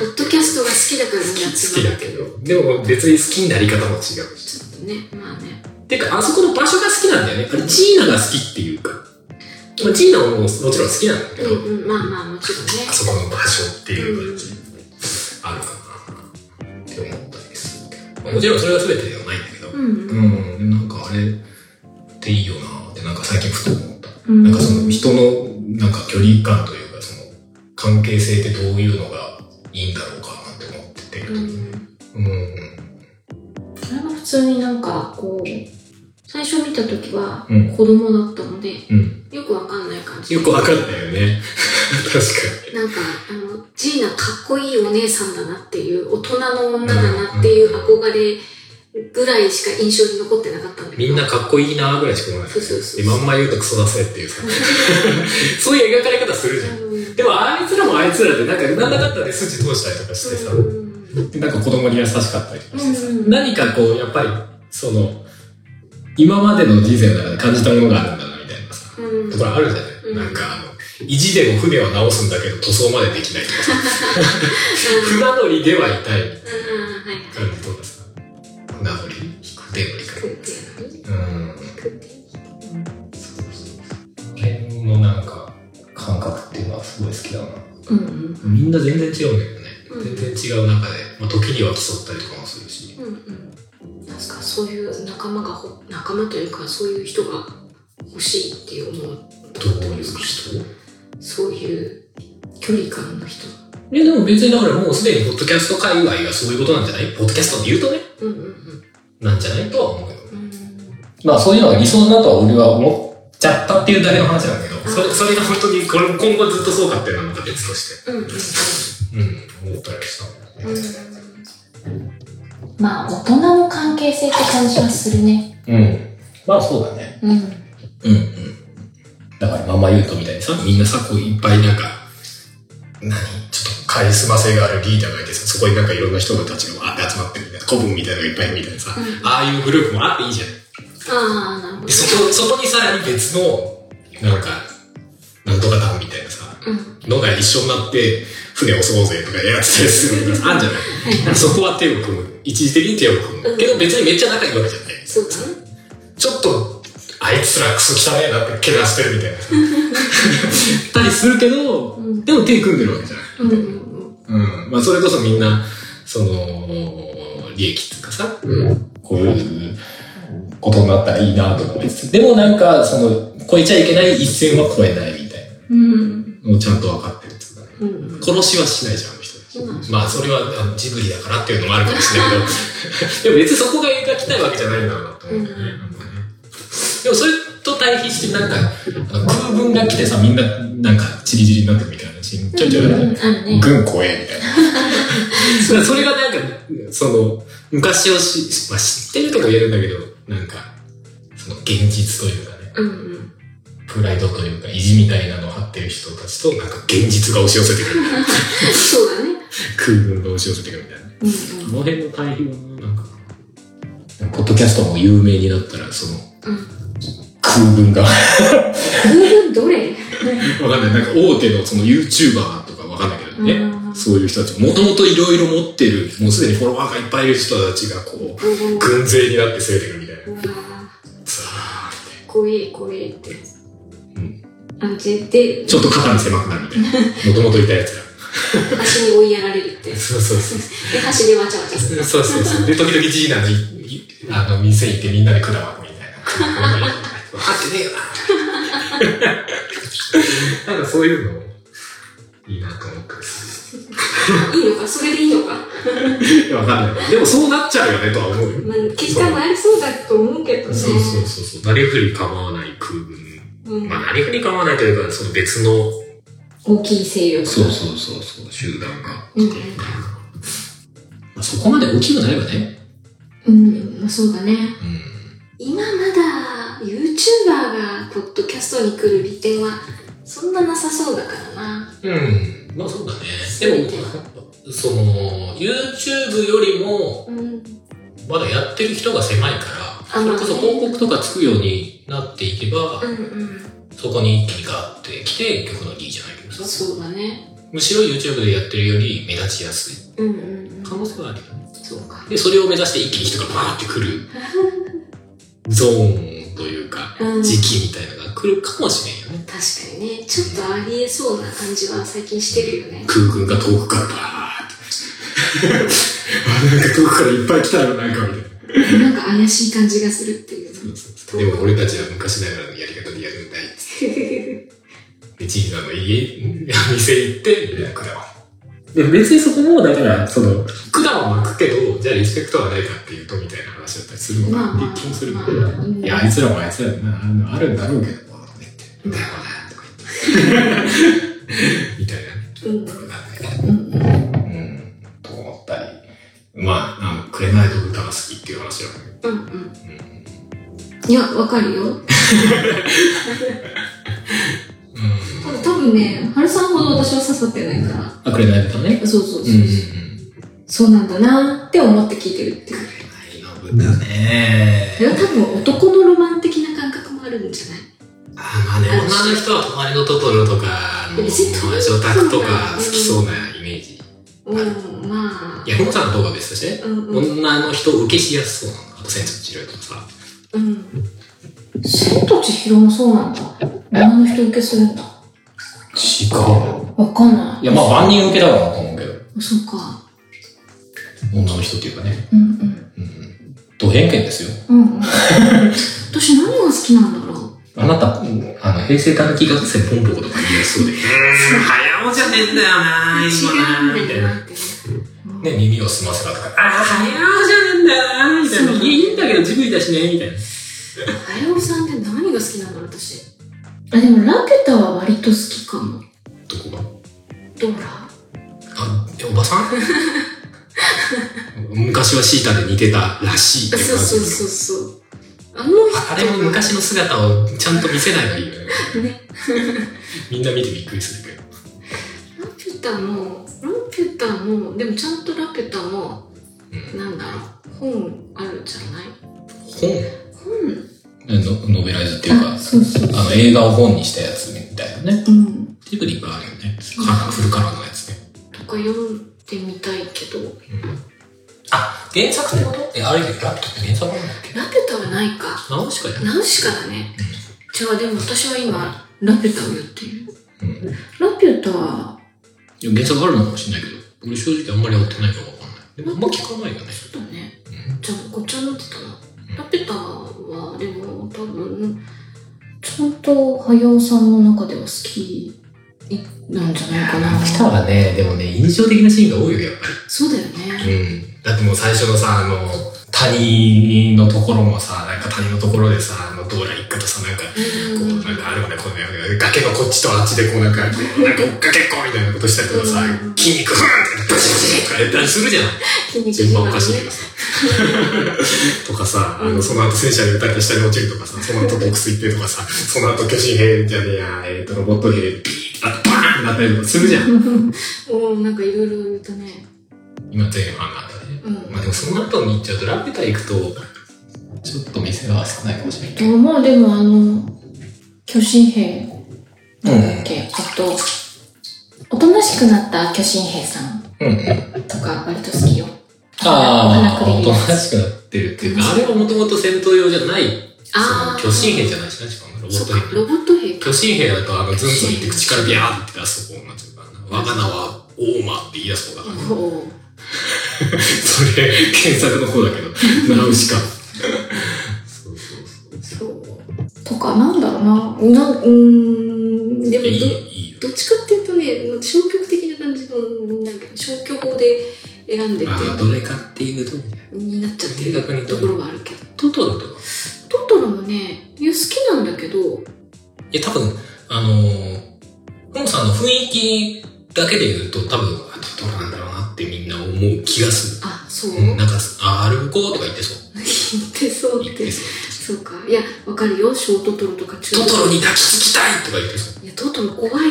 Speaker 3: ポッドキャストが好きだからみんな
Speaker 2: 好き
Speaker 3: 集ま
Speaker 2: だ
Speaker 3: る
Speaker 2: けど、でも別に好きになり方も違うし。
Speaker 3: ちょっとねまあね
Speaker 2: てか、あそこの場所が好きなんだよね。あれ、ジーナが好きっていうか。まあ、ジーナももちろん好きなんだけど、
Speaker 3: うんうんまあまあもちろんね
Speaker 2: あそこの場所っていう感じ、あるかなって思ったりするけど。まあもちろんそれが全てではないんだけど、
Speaker 3: うんうん
Speaker 2: うん、なんかあれっていいよなって、なんか最近ふと思った。
Speaker 3: うん
Speaker 2: なんかその人の、なんか距離感というか、その、関係性ってどういうのがいいんだろうかなって思ってて。
Speaker 3: うん
Speaker 2: うんうん。
Speaker 3: それは普通になんかこう最初見た時は
Speaker 2: うん
Speaker 3: 子供だったので、
Speaker 2: うん
Speaker 3: よくわかんない感じ
Speaker 2: よくわかんないよね。 確
Speaker 3: なんかあのジーナかっこいいお姉さんだなっていう大人の女だなっていう憧れぐらいしか印象に残ってなかったん
Speaker 2: か
Speaker 3: だ
Speaker 2: に。
Speaker 3: けど
Speaker 2: みんなかっこいいなーぐらいしか思わない。
Speaker 3: そうそうそう
Speaker 2: でまんま言うとクソだせっていう さ。そういう描かれ方するじゃん。
Speaker 3: うん
Speaker 2: でもあいつらもあいつらでなんかなんだかんだで筋通したりとかしてさ。
Speaker 3: うん
Speaker 2: でなんか子供に優しかったりとかしてさ。
Speaker 3: うん
Speaker 2: 何かこう、やっぱり、その、今までの人生の中で感じたものがあるんだなみたいなさ。
Speaker 3: うん
Speaker 2: ところあるじゃない。
Speaker 3: うんうん
Speaker 2: なんかあの、意地でも船は直すんだけど塗装までできないとかさ、船乗りでは痛いみ
Speaker 3: あーはい
Speaker 2: たいな感じとかさ、船乗り、引く手乗りか
Speaker 3: 食ってやる
Speaker 2: うん。
Speaker 3: 食ってやる
Speaker 2: 辺のなんか、感覚っていうのはすごい好きだな。
Speaker 3: うんうん
Speaker 2: みんな全然違うんだけどね。
Speaker 3: うん
Speaker 2: 全然違う中で、まあ、時には競ったりとかもするし。
Speaker 3: うんうんなんかそういう仲間がほ仲間というかそういう人が欲しいっていう思う
Speaker 2: どういう人
Speaker 3: そういう距離感の人
Speaker 2: いや、でも別にだからもうすでにポッドキャスト界隈がそういうことなんじゃないポッドキャストで言うとね、
Speaker 3: うんうんうん
Speaker 2: なんじゃないとは思うよ。
Speaker 3: うん
Speaker 2: まあそういうのが理想だとは俺は思っちゃったっていうだけの話なんだけど、それそれが本当にこれ今後ずっとそうかっていうのはまた別として、
Speaker 3: うんうん
Speaker 2: うん、思ったりしたもんね。
Speaker 3: まあ大人の関係性って感じはするね
Speaker 2: うん。まあそうだね。
Speaker 3: うん
Speaker 2: うんうん。だからママユートみたいにさ、みんなさ、こういっぱいなんか、何ちょっとカリスマ性があるリーダーがいてさ、そこになんかいろんな人たちがわーって集まってるみたいな、古文みたいなのがいっぱいいるみたいなさ、
Speaker 3: うん
Speaker 2: ああいうグループもあっていいじゃん。
Speaker 3: ああなるほ
Speaker 2: でそこ、そこにさらに別の、なんか、なんとか団みたいなさ、
Speaker 3: どう
Speaker 2: の
Speaker 3: ん
Speaker 2: が一緒になって、船を襲おうぜとかやってたりするのがあるんじゃないだからそこは手を組む。一時的に手を組む。けど別にめっちゃ仲いいわけじゃない。
Speaker 3: そうだね
Speaker 2: ちょっと、あいつらクソ汚えなって怪我してるみたいな。たりするけど、
Speaker 3: うん
Speaker 2: でも手組んでるわけじゃない。
Speaker 3: うんうん
Speaker 2: うん。まあそれこそみんな、その、利益っていうかさ、こういうことになったらいいなとか思いつつでもなんか、その、超えちゃいけない一線は超えないみたい
Speaker 3: うん
Speaker 2: な。もうちゃんと分かってるっていうかね。
Speaker 3: うんうん
Speaker 2: 殺しはしないじゃん、あの人たち。
Speaker 3: うん
Speaker 2: まあそれはあのジブリだからっていうのもあるかもしれない けどでも別にそこが描きたいわけじゃないんだろうなと思う、ねな
Speaker 3: うん
Speaker 2: んかねでもそれと対比してなんかあの空軍が来てさみんななんかチリチリになってるみたいなシーンちょいちょいあるじゃん
Speaker 3: あるね
Speaker 2: 軍怖えみたいなだからそれがなんかその昔をし、まあ、知ってるとも言えるんだけどなんかその現実というかね
Speaker 3: うんうん
Speaker 2: プライドというか意地みたいなのを張ってる人たちとなんか現実が押し寄せてくるみたいな
Speaker 3: そうだね
Speaker 2: 空軍が押し寄せてくるみたいな
Speaker 3: うん
Speaker 2: この辺の対比はなんかポッドキャストも有名になったらその
Speaker 3: うんうん
Speaker 2: 空軍がわ
Speaker 3: 空軍どれ
Speaker 2: かんないなんか大手のその YouTuber とかわかんないけどね、
Speaker 3: うん
Speaker 2: そういう人たちもともといろいろ持ってるもうすでにフォロワーがいっぱいいる人たちがこう
Speaker 3: うん
Speaker 2: 軍勢になって攻めてくるみたいな
Speaker 3: うわ
Speaker 2: さあみ
Speaker 3: 怖え怖えって
Speaker 2: うん
Speaker 3: あの絶対
Speaker 2: たいなちょっと肩に狭くなるみたいなもともといたやつら
Speaker 3: 足に追いやられるってで
Speaker 2: そうそうそう
Speaker 3: 足でわちゃわちゃする
Speaker 2: そうそうそうで時々ジーナのいいあの店行ってみんなで果物みたいな空軍が分かってねえよななんかそういうのいいなと思ったりする
Speaker 3: いいのかそれでいいのか
Speaker 2: いやわかんない。でもそうなっちゃうよねとは思うよ。
Speaker 3: まあ結果もありそうだと思うけどね
Speaker 2: そうそうそうそう。なりふり構わない空軍。
Speaker 3: うん
Speaker 2: まあ、なりふり構わないというか、その別の。
Speaker 3: 大きい勢力
Speaker 2: そうそうそうそう、集団が。
Speaker 3: うん
Speaker 2: まあ、そこまで大きくないわね。
Speaker 3: うんまあそうだね
Speaker 2: うん。
Speaker 3: 今まだ YouTuber がポッドキャストに来る利点はそんななさそうだからな
Speaker 2: うん。まあそうだね。でも、その、YouTube よりも、
Speaker 3: うん
Speaker 2: まだやってる人が狭いから、
Speaker 3: あ
Speaker 2: それ
Speaker 3: まあ
Speaker 2: こそ広告とかつくようになっていけば
Speaker 3: う、んうん
Speaker 2: そこに一気にガーってきて、曲のリーじゃないけどさ。
Speaker 3: そうだね
Speaker 2: むしろ YouTube でやってるより目立ちやす
Speaker 3: うんうん
Speaker 2: い可能性はあるよね
Speaker 3: そうか
Speaker 2: でそれを目指して一気に人がバーってくるゾーンというか
Speaker 3: うん
Speaker 2: 時期みたいなのが来るかもしれんよね
Speaker 3: 確かにねちょっとありえそうな感じは最近してるよね
Speaker 2: 空軍が遠くからバーって あなんか遠くからいっぱい来たよなんかみたいな
Speaker 3: なんか怪しい感じがするっていう
Speaker 2: でも俺たちは昔ながらのやり方でやるんだいっつってでじいさんの家ん店行ってみたいな果物で別にそこもだからその果物は巻くけどじゃあリスペクトはないかっていうとみたいな話だったりするの
Speaker 3: まあ
Speaker 2: か
Speaker 3: ま
Speaker 2: な
Speaker 3: あ
Speaker 2: って気もするけ
Speaker 3: ま
Speaker 2: ど、
Speaker 3: あうん
Speaker 2: いやあいつらもあいつらでなあのあるんだろうけどなとか言って「だよな」とか言ってみたいなね
Speaker 3: う
Speaker 2: な
Speaker 3: ん
Speaker 2: んだけどうんと思ったりまあなんか「紅と豚が好き」っていう話は
Speaker 3: うんうんいやわかるよ
Speaker 2: うん
Speaker 3: 多分ね春さんほど私は刺さってないか
Speaker 2: あ紅と豚ね
Speaker 3: らそうそうそう、
Speaker 2: うんうんうん
Speaker 3: そうなんだなって思って聞いてるっていう
Speaker 2: 大のぶだね
Speaker 3: いや多分男のロマン的な感覚もあるんじゃない
Speaker 2: あまあね、女の人は隣のトトロとかの、同じオタクとか好きそうなイメージ。
Speaker 3: うん、まあ
Speaker 2: い。や、猫さんの動画は別として、
Speaker 3: うんうん
Speaker 2: 女の人を受けしやすそうなの。あと、千と千尋とかさ。
Speaker 3: うん。千と千尋もそうなんだ。女の人受けするんだ。
Speaker 2: 違
Speaker 3: わかんない
Speaker 2: いや、まあ、万人受けだろうなと思うけど。
Speaker 3: あ。そうか。
Speaker 2: 女の人っていうかね。
Speaker 3: うんう
Speaker 2: う
Speaker 3: ん。
Speaker 2: ん。と偏見ですよ。
Speaker 3: うんうん。私何が好きなんだろう。
Speaker 2: あなた、うんあの、平成たぬき学生ポンポコとか言いやすそうで。うーん、早尾じゃねえんだよな
Speaker 3: 違うんだ
Speaker 2: みたい
Speaker 3: よ
Speaker 2: な。
Speaker 3: なってね。
Speaker 2: ね、耳を澄ませばとか、ああ、早尾じゃねえんだよなみたいな。
Speaker 3: そう
Speaker 2: いやいいんだけど、ジブリだしね、みたいな。
Speaker 3: 早尾さんって何が好きなんだろう、私。あ、でもラピュタは割と好きかも。
Speaker 2: どこが
Speaker 3: ドラ
Speaker 2: あ、えおば さん昔はシータで似てたらしいって
Speaker 3: そう
Speaker 2: 感じ
Speaker 3: そうそうそう。あの人
Speaker 2: あれも昔の姿をちゃんと見せないのいいよね。
Speaker 3: ね。
Speaker 2: みんな見てびっくりするけど。
Speaker 3: ラピュタも、ラピュタも、でもちゃんとラピュタも、
Speaker 2: うん
Speaker 3: なんだろう、本あるじゃない本
Speaker 2: 本のノベライズっていうか、
Speaker 3: そうそう
Speaker 2: あの映画を本にしたやつみたいなね。
Speaker 3: うん。
Speaker 2: ジブリがあるよね。カラー、フルカラーのやつね。
Speaker 3: とか読んでみたいけど、
Speaker 2: あ、原作ってことえ、あれラピュタって原作なんだっけ
Speaker 3: ラピュタはないか。
Speaker 2: 直しかじゃん。
Speaker 3: ナウシカだね。じゃあでも私は今、ラピュタをやっている。
Speaker 2: うん。で
Speaker 3: ラピュタは、
Speaker 2: も原作あるのかもしれないけど、俺正直あんまり追ってないからわかんない。でもあんま聞かないよね。
Speaker 3: そうだね。
Speaker 2: うん。
Speaker 3: じゃあ、ごっちゃになってたな。ラピュタは、でも多分、ちゃんと、早尾さんの中では好きなんじゃないかな。
Speaker 2: ラピュタはね、でもね、印象的なシーンが多いよ、やっぱり。
Speaker 3: そうだよね。
Speaker 2: うん。だってもう最初のさ、あの、谷のところもさ、なんか谷のところでさ、あの、道来一家とさ、なんか、こう、なんかあれもね、このね、崖のこっちとあっちでこう、なんか、こうなんか追っかけっこみたいなことしたりとかさ
Speaker 3: うん、
Speaker 2: 筋肉フーンって、ドシドシとかやったりするじゃん。
Speaker 3: 筋肉
Speaker 2: 順番おかしいけ
Speaker 3: ね
Speaker 2: ど。さ。 とかさ、あの、その後戦車で撃たれて下に落ちるとかさ、その後ボックス行ってとかさ、その後巨神兵じゃねえや、えっと、ロボット兵、ピーッあとバーンってなったりとかするじゃん。
Speaker 3: うん、なんかいろいろ言ったね。
Speaker 2: 今全ファンがあったね。
Speaker 3: うん。
Speaker 2: まあでもその後に行っちゃうとラピュタ行くとちょっと店が少ないかもしれない
Speaker 3: もうでもあの、巨神兵だっけ、あと、おとなしくなった巨神兵さん
Speaker 2: うんうん
Speaker 3: とか割と好きよ。
Speaker 2: ああ
Speaker 3: 花
Speaker 2: お
Speaker 3: 栗
Speaker 2: と
Speaker 3: の
Speaker 2: な
Speaker 3: やつ
Speaker 2: しくなってるっていうかあれはもともと戦闘用じゃない
Speaker 3: あー
Speaker 2: その巨神兵じゃないしなしかもロボ
Speaker 3: そ
Speaker 2: ッ
Speaker 3: う
Speaker 2: ト
Speaker 3: か、ロ
Speaker 2: 兵
Speaker 3: ボット兵か。
Speaker 2: 巨神兵だとあのズンズン言って口からビャーって出す方になっちゃうからな我が名はオーマって言い出す方だからね
Speaker 3: おう
Speaker 2: それ検索の方だけ どナウシカそうそうそう
Speaker 3: そう。とか、なんだろうな。な、うーん、でも
Speaker 2: いいいいよ
Speaker 3: ど、どっちかっていうとね、消極的な感じの、なんか消去法で選んでて、
Speaker 2: まあどれかっていうとみたいな
Speaker 3: になっちゃって
Speaker 2: 明確に
Speaker 3: るところがあるけど。
Speaker 2: トトロとか
Speaker 3: トトロもね、いや好きなんだけど、
Speaker 2: いや、多分、あのー、ふもさんの雰囲気だけで言うと、多分、あトトロなんだろうなってみんな思う気がす
Speaker 3: あ、そう、
Speaker 2: る。うん、なんか、あ、歩こうとか言ってそう。
Speaker 3: 言ってそう
Speaker 2: 言
Speaker 3: っ
Speaker 2: って
Speaker 3: て。
Speaker 2: そう。
Speaker 3: そうか。いや、わかるよ。小トトロとか中
Speaker 2: トトロに抱きつきたいとか言ってそう。
Speaker 3: いや、トトロ怖い。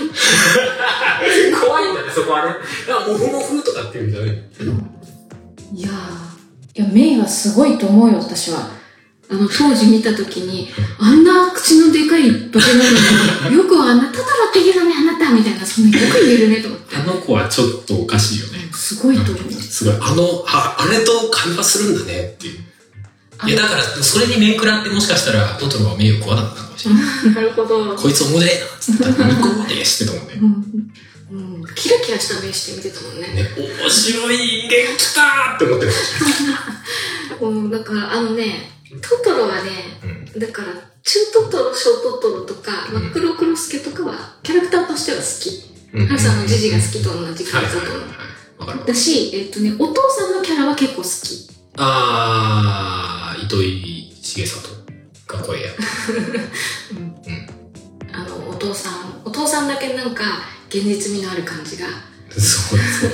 Speaker 2: 怖いんだね、そこはね。あ、もふもふとかっていうんじゃない。
Speaker 3: いやー。いや、メイはすごいと思うよ、私は。あの、当時見たときに、あんな口のでかい化け物に、よくあんな、トトロって言えるね、あなたみたいな、そんなよく言えるね、と思って。
Speaker 2: あの子はちょっとおかしいよね。
Speaker 3: すごいと思う。
Speaker 2: すごい。あの、あ、あれと会話するんだねっていう。いや、だから、それに面食らってもしかしたら、トトロは名誉食わなかったのかもしれない。
Speaker 3: なるほど。
Speaker 2: こいつおもれえなっつって、ニコーってしてたもんね。
Speaker 3: うん。うん、キラキラした目して見てたもんね。
Speaker 2: ね、面白い人間来たーって思ってる。
Speaker 3: うん、だから、あのね、トトロはね、
Speaker 2: うん
Speaker 3: だから、中トトロ、小トトロとか、
Speaker 2: うん
Speaker 3: マクロクロスケとかは、キャラクターとしては好
Speaker 2: うん
Speaker 3: き。ハルさんのジジが好きと同じキャ
Speaker 2: はい
Speaker 3: ラ
Speaker 2: はい
Speaker 3: クタ
Speaker 2: はい
Speaker 3: ー
Speaker 2: はい。
Speaker 3: と。
Speaker 2: わかる。
Speaker 3: だし、えっ、とね、お父さんのキャラは結構好き。
Speaker 2: あー、糸井重里が声やって
Speaker 3: あの、お父さん、お父さんだけなんか、現実味のある感じが。
Speaker 2: る。そう ですよ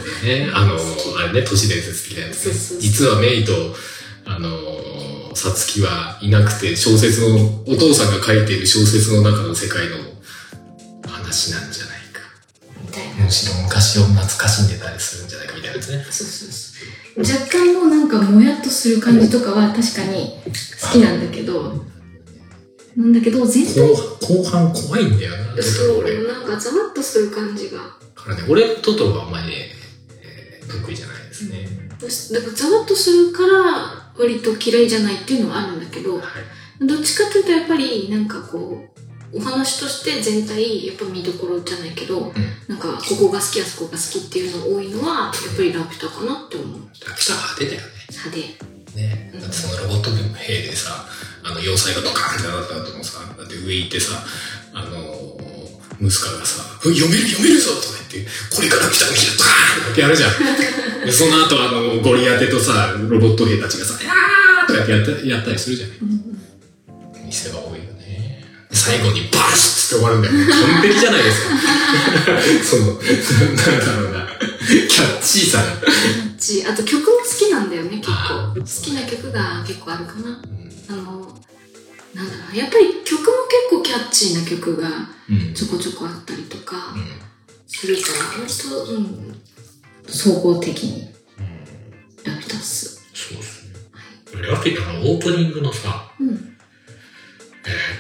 Speaker 2: ね。あの、あれね、都市伝説的なやつ
Speaker 3: そうそうそ
Speaker 2: ね。
Speaker 3: う
Speaker 2: 実はメイと、あのー、さつきはいなくて、小説の、お父さんが書いている小説の中の世界の話なんじゃないか。
Speaker 3: みたいな。
Speaker 2: むしろ昔を懐かしんでたりするんじゃないかみたいなやつね。
Speaker 3: そうそうそう。若干のなんか、もやっとする感じとかは確かに好きなんだけど、なんだけど、全体、
Speaker 2: 後半怖いんだよな、
Speaker 3: そう、
Speaker 2: 俺。
Speaker 3: なんかざわっとする感じが。
Speaker 2: からね、俺トトロがあんまりね、えー得意じゃないですね。
Speaker 3: 私だからざわっとするから割と嫌いじゃないっていうのはあるんだけど
Speaker 2: はい
Speaker 3: どっちかというとやっぱりなんかこうお話として全体やっぱ見どころじゃないけど、なんかここが好きあそこが好きっていうの多いのはやっぱりラピュタかなって思う
Speaker 2: ラピュタは派手だよね。
Speaker 3: 派
Speaker 2: ね、だ
Speaker 3: 手
Speaker 2: ってそのロボット兵でさ、あの要塞がドカーンってなった後もさ、だって上行ってさ、あのー、ムスカがさ、うん読める読めるぞとか言って、これから来たの来たドカーンってやるじゃん。で、その後あの、ゴリアテとさ、ロボット兵たちがさ、やーとかやってやったやったりするじゃん。見せ場多いよね。最後にバシッって終わるんだよね。完璧じゃないですか。その、なんだろうな、キャッチーさが。
Speaker 3: ちあと曲も好きなんだよね結
Speaker 2: あ
Speaker 3: 構
Speaker 2: ー
Speaker 3: 好きな曲が結構あるか
Speaker 2: う
Speaker 3: なあのなんだろうやっぱり曲も結構キャッチーな曲が
Speaker 2: ん。
Speaker 3: ちょこちょこあったりとか
Speaker 2: うん
Speaker 3: するから本当うん総合的
Speaker 2: う
Speaker 3: に
Speaker 2: ん
Speaker 3: ラピュタっす
Speaker 2: そうですね。ラピュタのオープニングのさ、
Speaker 3: うん
Speaker 2: えーっ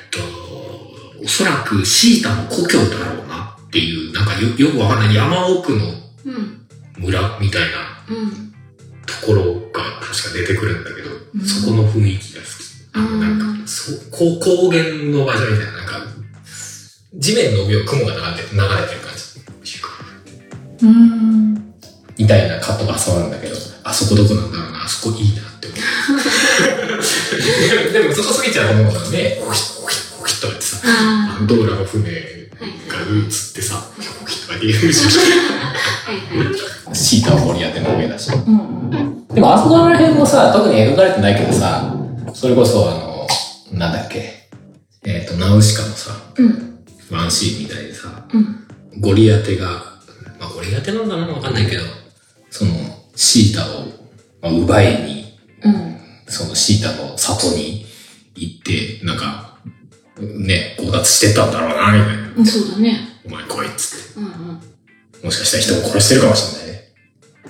Speaker 2: と、おそらくシータの故郷だろうなっていう、なんかよよくわかんない山奥の
Speaker 3: うん
Speaker 2: 村みたいな
Speaker 3: うん
Speaker 2: ところが確か出てくるんだけど、
Speaker 3: うん
Speaker 2: そこの雰囲気が好き。あの、なんか、そう、こう高原の場所みたいな、なんか、地面の上を雲が流れて流れてる感じ。
Speaker 3: うん
Speaker 2: みたいなカットがそうなんだけど、あそこどこなんだろうな、あそこいいなって思う。でもそこ過ぎちゃうと思うからね、ホキッホキッホキッとかってさ、
Speaker 3: あ
Speaker 2: アンドーラの船が
Speaker 3: あはい
Speaker 2: 映ってさ、ホキッホキッとかって言うし、
Speaker 3: はいはい
Speaker 2: シータはゴリアテの上だし。
Speaker 3: うんうん
Speaker 2: でもあそこら辺もさ、特に描かれてないけどさ、それこそあの、なんだっけ、えっ、と、ナウシカのさ、
Speaker 3: うん
Speaker 2: ワンシーンみたいでさ、
Speaker 3: うん
Speaker 2: ゴリアテが、まあ、ゴリアテなんだな、わかんないけど、その、シータを、まあ、奪いに、
Speaker 3: うん
Speaker 2: そのシータの里に行って、なんか、ね、強奪してったんだろうな、みたいな。
Speaker 3: うんそうだね
Speaker 2: お前来いっつっ
Speaker 3: うんうん
Speaker 2: て。もしかしたら人を殺してるかもしれないね。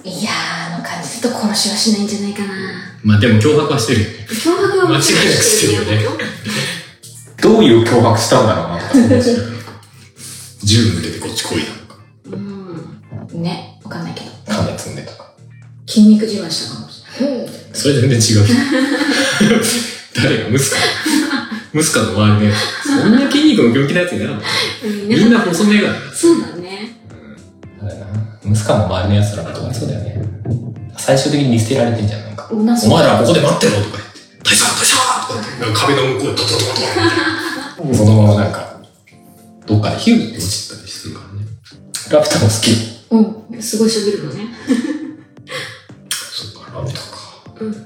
Speaker 3: いやーあの感じだと殺しはしないんじゃないかな
Speaker 2: まあでも脅迫はしてるよね。
Speaker 3: 脅迫はもちろん
Speaker 2: 間違いなくしてるよ
Speaker 3: ね
Speaker 2: どういう脅迫したんだろうな、とか思うし 銃向けてこっち来いなとか、
Speaker 3: うんねわかんないけど
Speaker 2: 金積んでとか。
Speaker 3: 筋肉自慢したかもしれない
Speaker 2: それ全然違う。 誰がムスカムスカの周りのやつ。そんな筋肉の病気なやついないの
Speaker 3: うん
Speaker 2: みんな細めが。
Speaker 3: そうだね
Speaker 2: そうだよな。ムスカも周りのやつらがかわいそうだよね。最終的に見捨てられてんじゃん、なんか。
Speaker 3: 女
Speaker 2: お前らここで待ってろとか言って、大佐大佐とか言って、なんか壁の向こうにドドド ドドそのままなんか、どっかでヒューって落ちたりするからね。ラピュタも好き。
Speaker 3: うんすごい喋るのね
Speaker 2: そうか、ラピュタか。
Speaker 3: うん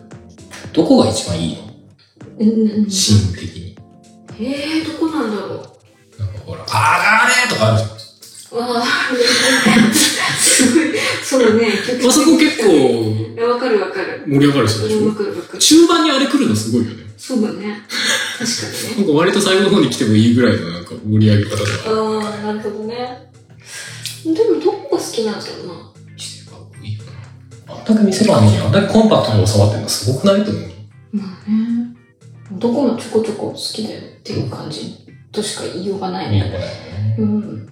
Speaker 2: どこが一番いいの
Speaker 3: うんうん
Speaker 2: シーン的に。
Speaker 3: えー、どこなんだろう
Speaker 2: なんかほら、あーれーとかあるじゃ
Speaker 3: ああ、すごい。そうね。
Speaker 2: ん。あそこ結構
Speaker 3: いやわかるわかる。
Speaker 2: 盛り上がる人でし
Speaker 3: うんわ
Speaker 2: ょ
Speaker 3: かるわかる。
Speaker 2: 中盤にあれ来るのすごいよね。
Speaker 3: そうだね。確かに
Speaker 2: な
Speaker 3: ね。
Speaker 2: んか割と最後の方に来てもいいぐらいのなんか盛り上げ方だから。
Speaker 3: ああ、なるほどね。でも、どこが好きなんだろうな。
Speaker 2: あんだけ見せ場あんのにあんだけコンパクトに収まってるのすごくないと思う。
Speaker 3: まあね。どこもちょこちょこ好きだよっていう感じとしか言いようがないね。うん。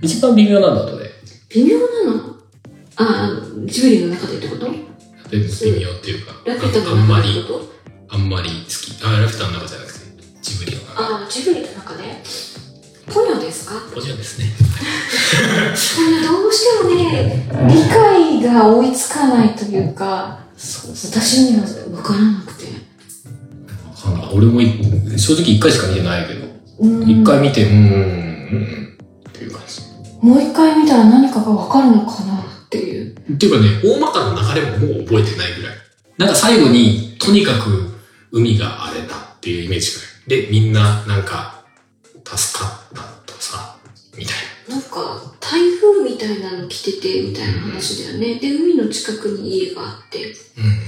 Speaker 2: 一番微妙なんだとね。
Speaker 3: 微妙なのああ、ジブリの中でってこと
Speaker 2: で微妙っていうか、
Speaker 3: ラピュタ
Speaker 2: あ
Speaker 3: の
Speaker 2: あんま
Speaker 3: 中でって
Speaker 2: り、
Speaker 3: こと
Speaker 2: あんまり好き。あ、ラピュタの中じゃなくて、ジブリの中。
Speaker 3: ああ、ジブリの中でポニョですか
Speaker 2: こちらですね。
Speaker 3: そんなどうしてもね理解が追いつかないというか
Speaker 2: そうで。
Speaker 3: 私には分からなくて
Speaker 2: 俺もい正直一回しか見てないけど、
Speaker 3: うん
Speaker 2: 一、回見て、うーん、うん、うんっていう感じ。
Speaker 3: もう一回見たら何かが分かるのかなっていう
Speaker 2: っていうかね、大まかな流れももう覚えてないぐらい。なんか最後に、とにかく海が荒れたっていうイメージぐらい。で、みんな、なんか、助かったとさ、みたい
Speaker 3: なんか台風みたいなの来ててみたいな話だよねで海の近くに家があって
Speaker 2: な。うんうん。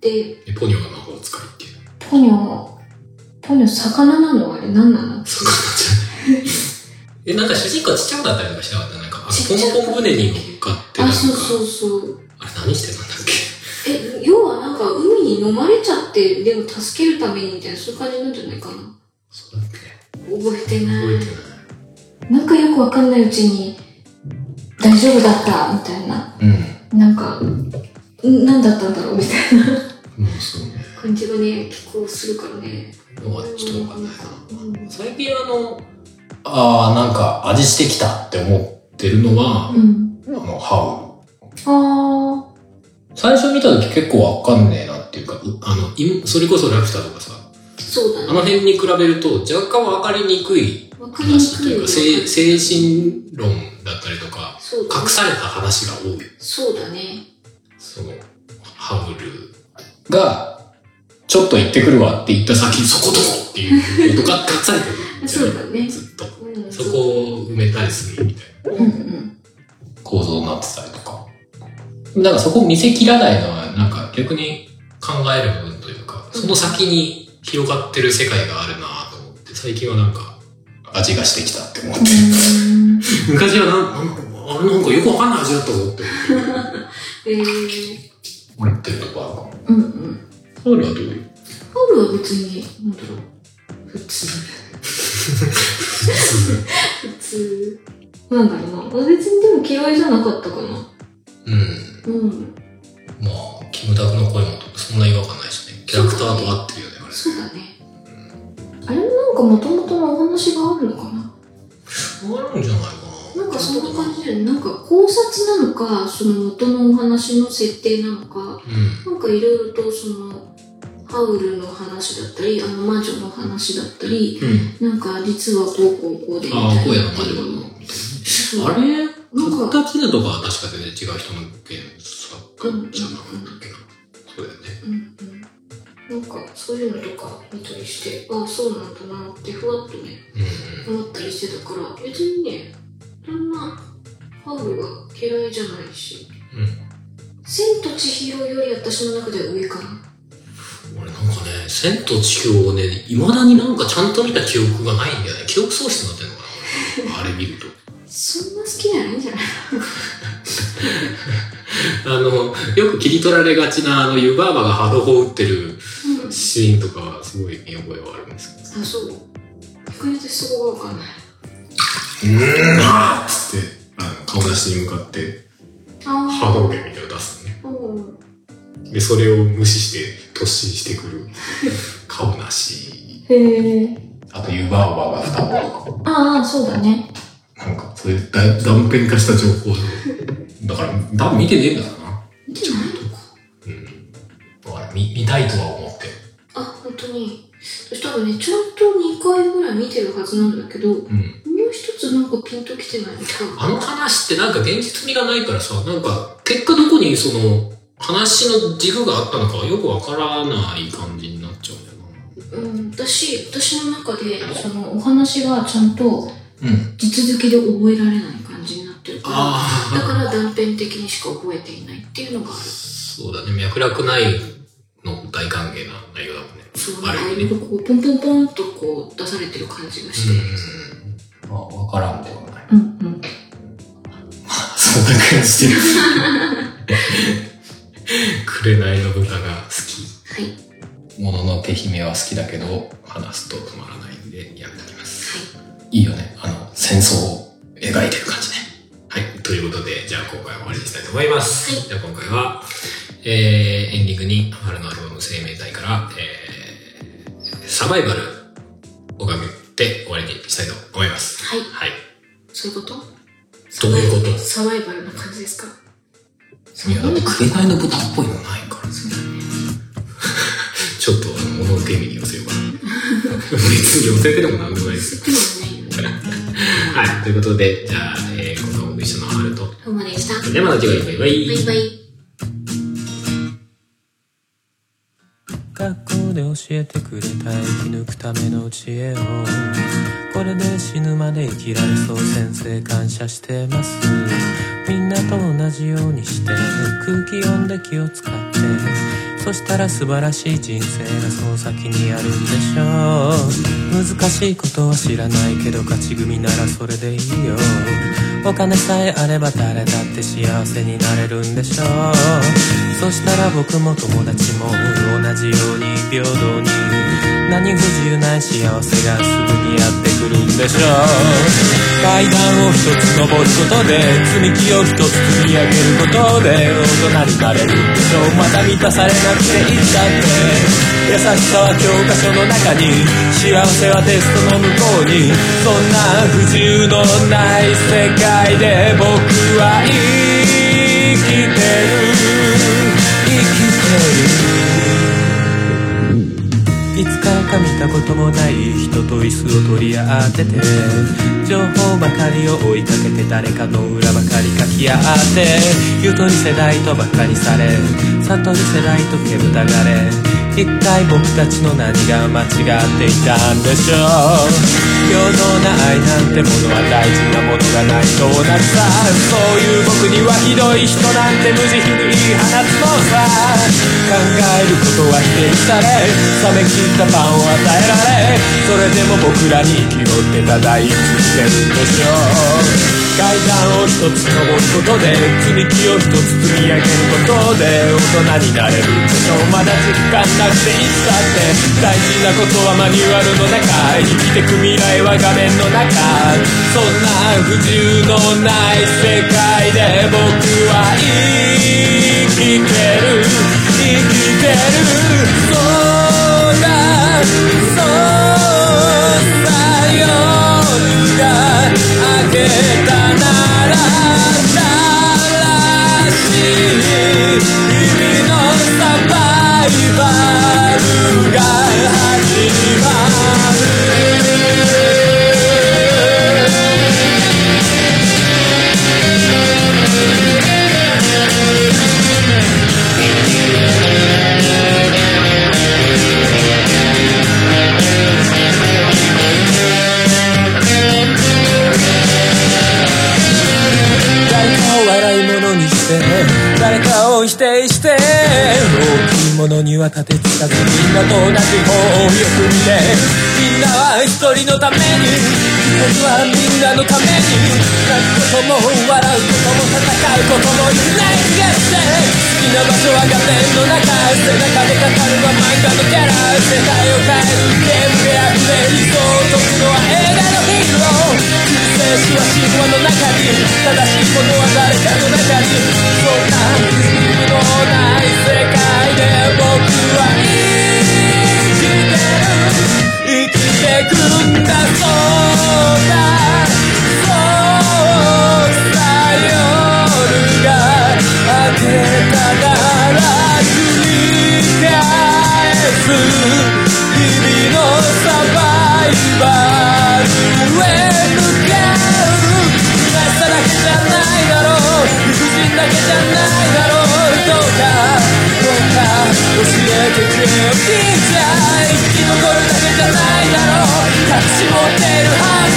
Speaker 3: で
Speaker 2: で、ポニョが魔法使いっていう。
Speaker 3: ポニョポニョ魚なのあれ何なの
Speaker 2: 魚 じゃない。え、なんか主人公はちっちゃくなったりとかしなかったなんか、あ
Speaker 3: ちっちゃ
Speaker 2: の、
Speaker 3: く
Speaker 2: ポンポン船に乗っかって、なん
Speaker 3: あ
Speaker 2: か、
Speaker 3: そうそうそう
Speaker 2: あれ何してたんだっけ
Speaker 3: え要はなんか海に飲まれちゃってでも助けるためにみたいなそういう感じなんじゃないかな
Speaker 2: そうだっけ
Speaker 3: 覚えて
Speaker 2: 覚
Speaker 3: な
Speaker 2: え
Speaker 3: い
Speaker 2: て
Speaker 3: なんかよくわかんないうちに大丈夫だったみたいな
Speaker 2: ない。
Speaker 3: なんかん何だったんだろうみたいな
Speaker 2: うん。もうそうね。
Speaker 3: 感じがね結構するからね
Speaker 2: 終わっちょっとわかんないな。
Speaker 3: うん
Speaker 2: 最近あの、ああ、なんか味してきたって思ってるのは、
Speaker 3: うん
Speaker 2: あの、ハ
Speaker 3: あ
Speaker 2: ウ。最初見た時結構わかんねえなっていうか、うあの、いそれこそラピュタとかさ、
Speaker 3: あそう
Speaker 2: あ
Speaker 3: だね
Speaker 2: の辺に比べると若干わかりにくい
Speaker 3: わかりに
Speaker 2: 話と
Speaker 3: く
Speaker 2: い
Speaker 3: いうわ
Speaker 2: か、精精神論だったりとか、
Speaker 3: そうだね
Speaker 2: 隠された話が多い。
Speaker 3: そうだね
Speaker 2: その、ハウルが、ちょっと行ってくるわって言った先にそこどこっていうことが隠されてるじゃ
Speaker 3: そうだ
Speaker 2: な
Speaker 3: ね
Speaker 2: いずっと。
Speaker 3: うん
Speaker 2: そこを埋めたりするみたいな。
Speaker 3: うんうん
Speaker 2: 構造になってたりとか。なんかそこを見せきらないのは、なんか逆に考える部分というか、その先に広がってる世界があるなと思って、最近はなんか味がしてきたって思って。昔はなん、なんあれなんかよくわかんない味だったぞって
Speaker 3: えー、
Speaker 2: 思ってるとこあるかも。
Speaker 3: うんうん
Speaker 2: ソウルはどういう
Speaker 3: ハウルは別になんだろう普通普通なんだろうな別にでも嫌いじゃなかったかな
Speaker 2: うん。
Speaker 3: うん
Speaker 2: まあ、キムタクの声もそんな違和感ないしね。キャラクターと合ってるよね、あれ。
Speaker 3: そうだねあれもなんかもともとのお話があるのかな
Speaker 2: あるんじゃないかな。
Speaker 3: なんかそんな感じでなんか考察なのかその元のお話の設定なのか
Speaker 2: うん。
Speaker 3: なんかいろいろとそのハウルの話だったりあの魔女の話だったり
Speaker 2: うん。
Speaker 3: なんか実はこうこうこうでみたいな
Speaker 2: ああ、声の魔女の。
Speaker 3: そう
Speaker 2: あれ
Speaker 3: なん
Speaker 2: カ
Speaker 3: か
Speaker 2: ッタキーナとかは確か全然違う人の原作者なんだっけな。そうだよね。
Speaker 3: うんうんなんかそういうのとか見たりしてああそうなんだなってふわっとね
Speaker 2: うん
Speaker 3: 思ったりしてたから別にねそんなハウルが嫌いじゃないし
Speaker 2: うん。
Speaker 3: 「千と千尋」より私の中では上か
Speaker 2: う
Speaker 3: な
Speaker 2: ん。俺なんかね、千と千尋をね、未だになんかちゃんと見た記憶がないんだよね。記憶喪失になってんのかな。あれ見ると。
Speaker 3: そんな好きじゃないんじゃない
Speaker 2: あの、よく切り取られがちなあの、湯婆婆が波動砲打ってる
Speaker 3: うん
Speaker 2: シーンとかはすごい見覚えはあるんですけど。
Speaker 3: あそう逆に私そこがわかんない
Speaker 2: うんあーっつって、あの、顔出しに向かって波動
Speaker 3: あ
Speaker 2: 拳みたいなの出すのね。
Speaker 3: あうん
Speaker 2: で、それを無視して、突進してくる。 顔なし。
Speaker 3: へえ
Speaker 2: あと、湯婆婆が双子。
Speaker 3: ああそうだね
Speaker 2: なんか、そういうだ断片化した情報だから、多分見てねえんだろうな。
Speaker 3: 見てないのか
Speaker 2: うん。だから、見、見たいとは思ってる。
Speaker 3: あ、本当に。私多分ね、ちゃんと2回ぐらい見てるはずなんだけど、もう
Speaker 2: うん。
Speaker 3: 一つなんかピンときてないみたい
Speaker 2: あの話ってなんか現実味がないからさ、なんか、結果どこにその、話の軸があったのかはよくわからない感じになっちゃうんだよ
Speaker 3: うん、私、私の中で、そのお話がちゃんと
Speaker 2: な。うん。
Speaker 3: 地続きで覚えられない感じになってるか
Speaker 2: あ
Speaker 3: ら、だから断片的にしか覚えていないっていうのがある。
Speaker 2: そうだね。脈絡ないの大歓迎な内容だもんね。
Speaker 3: そう、
Speaker 2: あ
Speaker 3: なん
Speaker 2: る
Speaker 3: か
Speaker 2: よ
Speaker 3: い
Speaker 2: ね
Speaker 3: ろいろこう、ポンポンポンとこう出されてる感じがし
Speaker 2: う
Speaker 3: て。
Speaker 2: ん。まあ、わからんではない。
Speaker 3: うんうん。
Speaker 2: そんな感じで。紅の豚が好
Speaker 3: はい、はい。
Speaker 2: き。もののけ姫は好きだけど、話すと止まらないんでやっております。いいよね。あの、戦争を描いてる感じね。はい。ということで、じゃあ今回は終わりにしたいと思います。
Speaker 3: はい
Speaker 2: じゃあ今回は、えー、エンディングに春のアルバム生命体から、えー、サバイバルを拝みて終わりにしたいと思います。
Speaker 3: はい。
Speaker 2: はい。
Speaker 3: そういうこと
Speaker 2: どういうこと
Speaker 3: サバイバルな感じですか
Speaker 2: いや、だって紅の豚っぽいのないからさ。 ちょっと、あの、物受け身に寄せようかな。別に 寄せてでもなんでもないですよ。
Speaker 3: でもないよね。
Speaker 2: はい。ということで、じゃあ、えー、この僕一緒の春と。
Speaker 3: どうもでした。
Speaker 2: ではまた次回、バイバイ
Speaker 3: バ。イバイ。
Speaker 4: 学校で教えてくれた生き抜くための知恵をこれで死ぬまで生きられそう先生感謝してますみんなと同じようにして空気読んで気を使ってそしたら素晴らしい人生がその先にあるんでしょう難しいことは知らないけど勝ち組ならそれでいいよお金さえあれば誰だって幸せになれるんでしょうそしたら僕も友達も同じように平等に何不自由ない幸せがすぐにやってくるんでしょう階段を一つ登ることで積み木を一つ積み上げることで大人になれるんでしょうまた満たされなくていいんだって優しさは教科書の中に幸せはテストの向こうにそんな不自由のない世界で僕は生きてる生きてるいつからか見たこともない人と椅子を取り合ってて情報ばかりを追いかけて誰かの裏ばかり書き合ってゆとり世代とばかりされ悟り世代と煙たがれ一体僕たちの何が間違っていたんでしょう平等な愛なんてものは大事なものがないと同じさそういう僕にはひどい人なんて無慈悲に言い放つのさ考えることは否定され冷め切ったパンを与えられそれでも僕らに生きろってただい続けるんでしょう階段を一つ登ることで積み木を一つ積み上げることで大人になれるでしょうまだ実感なくていつだって大事なことはマニュアルの中生きてく未来は画面の中そんな不自由のない世界で僕は生きてる生きてるそんなそうさよ「あげたならならしい」「君のサバイバルが始まる」誰かを笑い物にして誰かを否定して大きいものには立てつかずみんなと同じ方をよく見てみんなは一人のために僕はみんなのために泣くことも笑うことも戦うこともいない気がして好きな場所は画面の中背中で語るは漫画のキャラ世代を変えるゲームであふれ理想を解くのは映画のヒーロー人生は神話の中に正しいことは誰かの中にそんな不自由のない世界で僕は生きてる生きてくんだそうだそうさ夜が明けたなら繰り返す日々のサバイバルへ向かう虚しさだけじゃないだろう理不尽だけじゃないだろうどうかどうか教えてくれよピーチャー生き残るだけじゃないだろう隠し持っているはず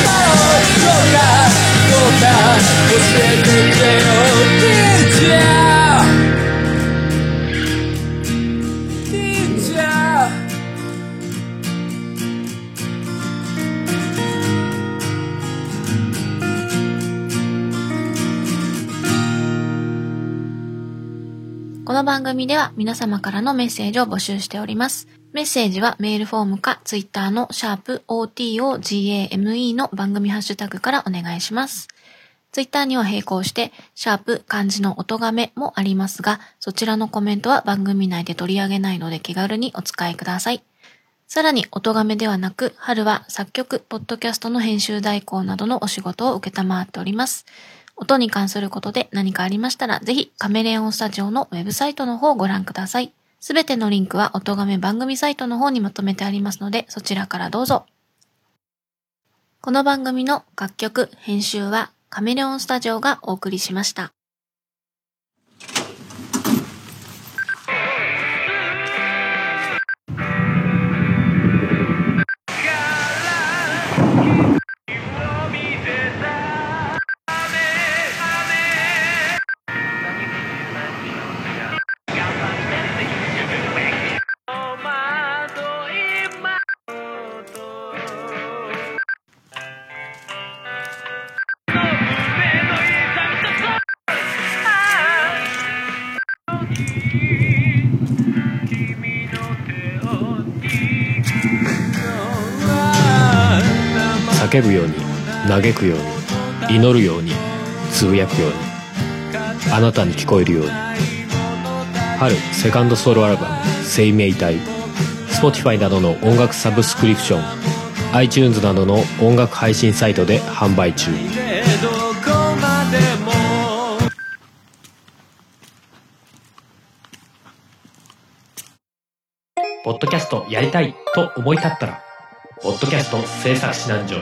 Speaker 4: だろうどうかどうか教えてくれよピーチャーピーチャー
Speaker 5: この番組では皆様からのメッセージを募集しております。メッセージはメールフォームかツイッターのシャープ o t o g a m e の番組ハッシュタグからお願いします。ツイッターには並行して、シャープ漢字の音がめもありますが、そちらのコメントは番組内で取り上げないので気軽にお使いください。さらに、音がめではなく、春は作曲、ポッドキャストの編集代行などのお仕事を受けたまっております。音に関することで何かありましたら、ぜひカメレオンスタジオのウェブサイトの方をご覧ください。すべてのリンクは音がめ番組サイトの方にまとめてありますので、そちらからどうぞ。この番組の楽曲、編集はカメレオンスタジオがお送りしました。
Speaker 6: 「の上の夢を
Speaker 1: 叫ぶように嘆くように祈るようにつぶやくようにあなたに聞こえるように春セカンドソロアルバム「生命体」Spotify などの音楽サブスクリプション iTunes などの音楽配信サイトで販売中
Speaker 4: どこまでも
Speaker 1: ポッドキャストやりたいと思い立ったら「ポッドキャスト制作指南所」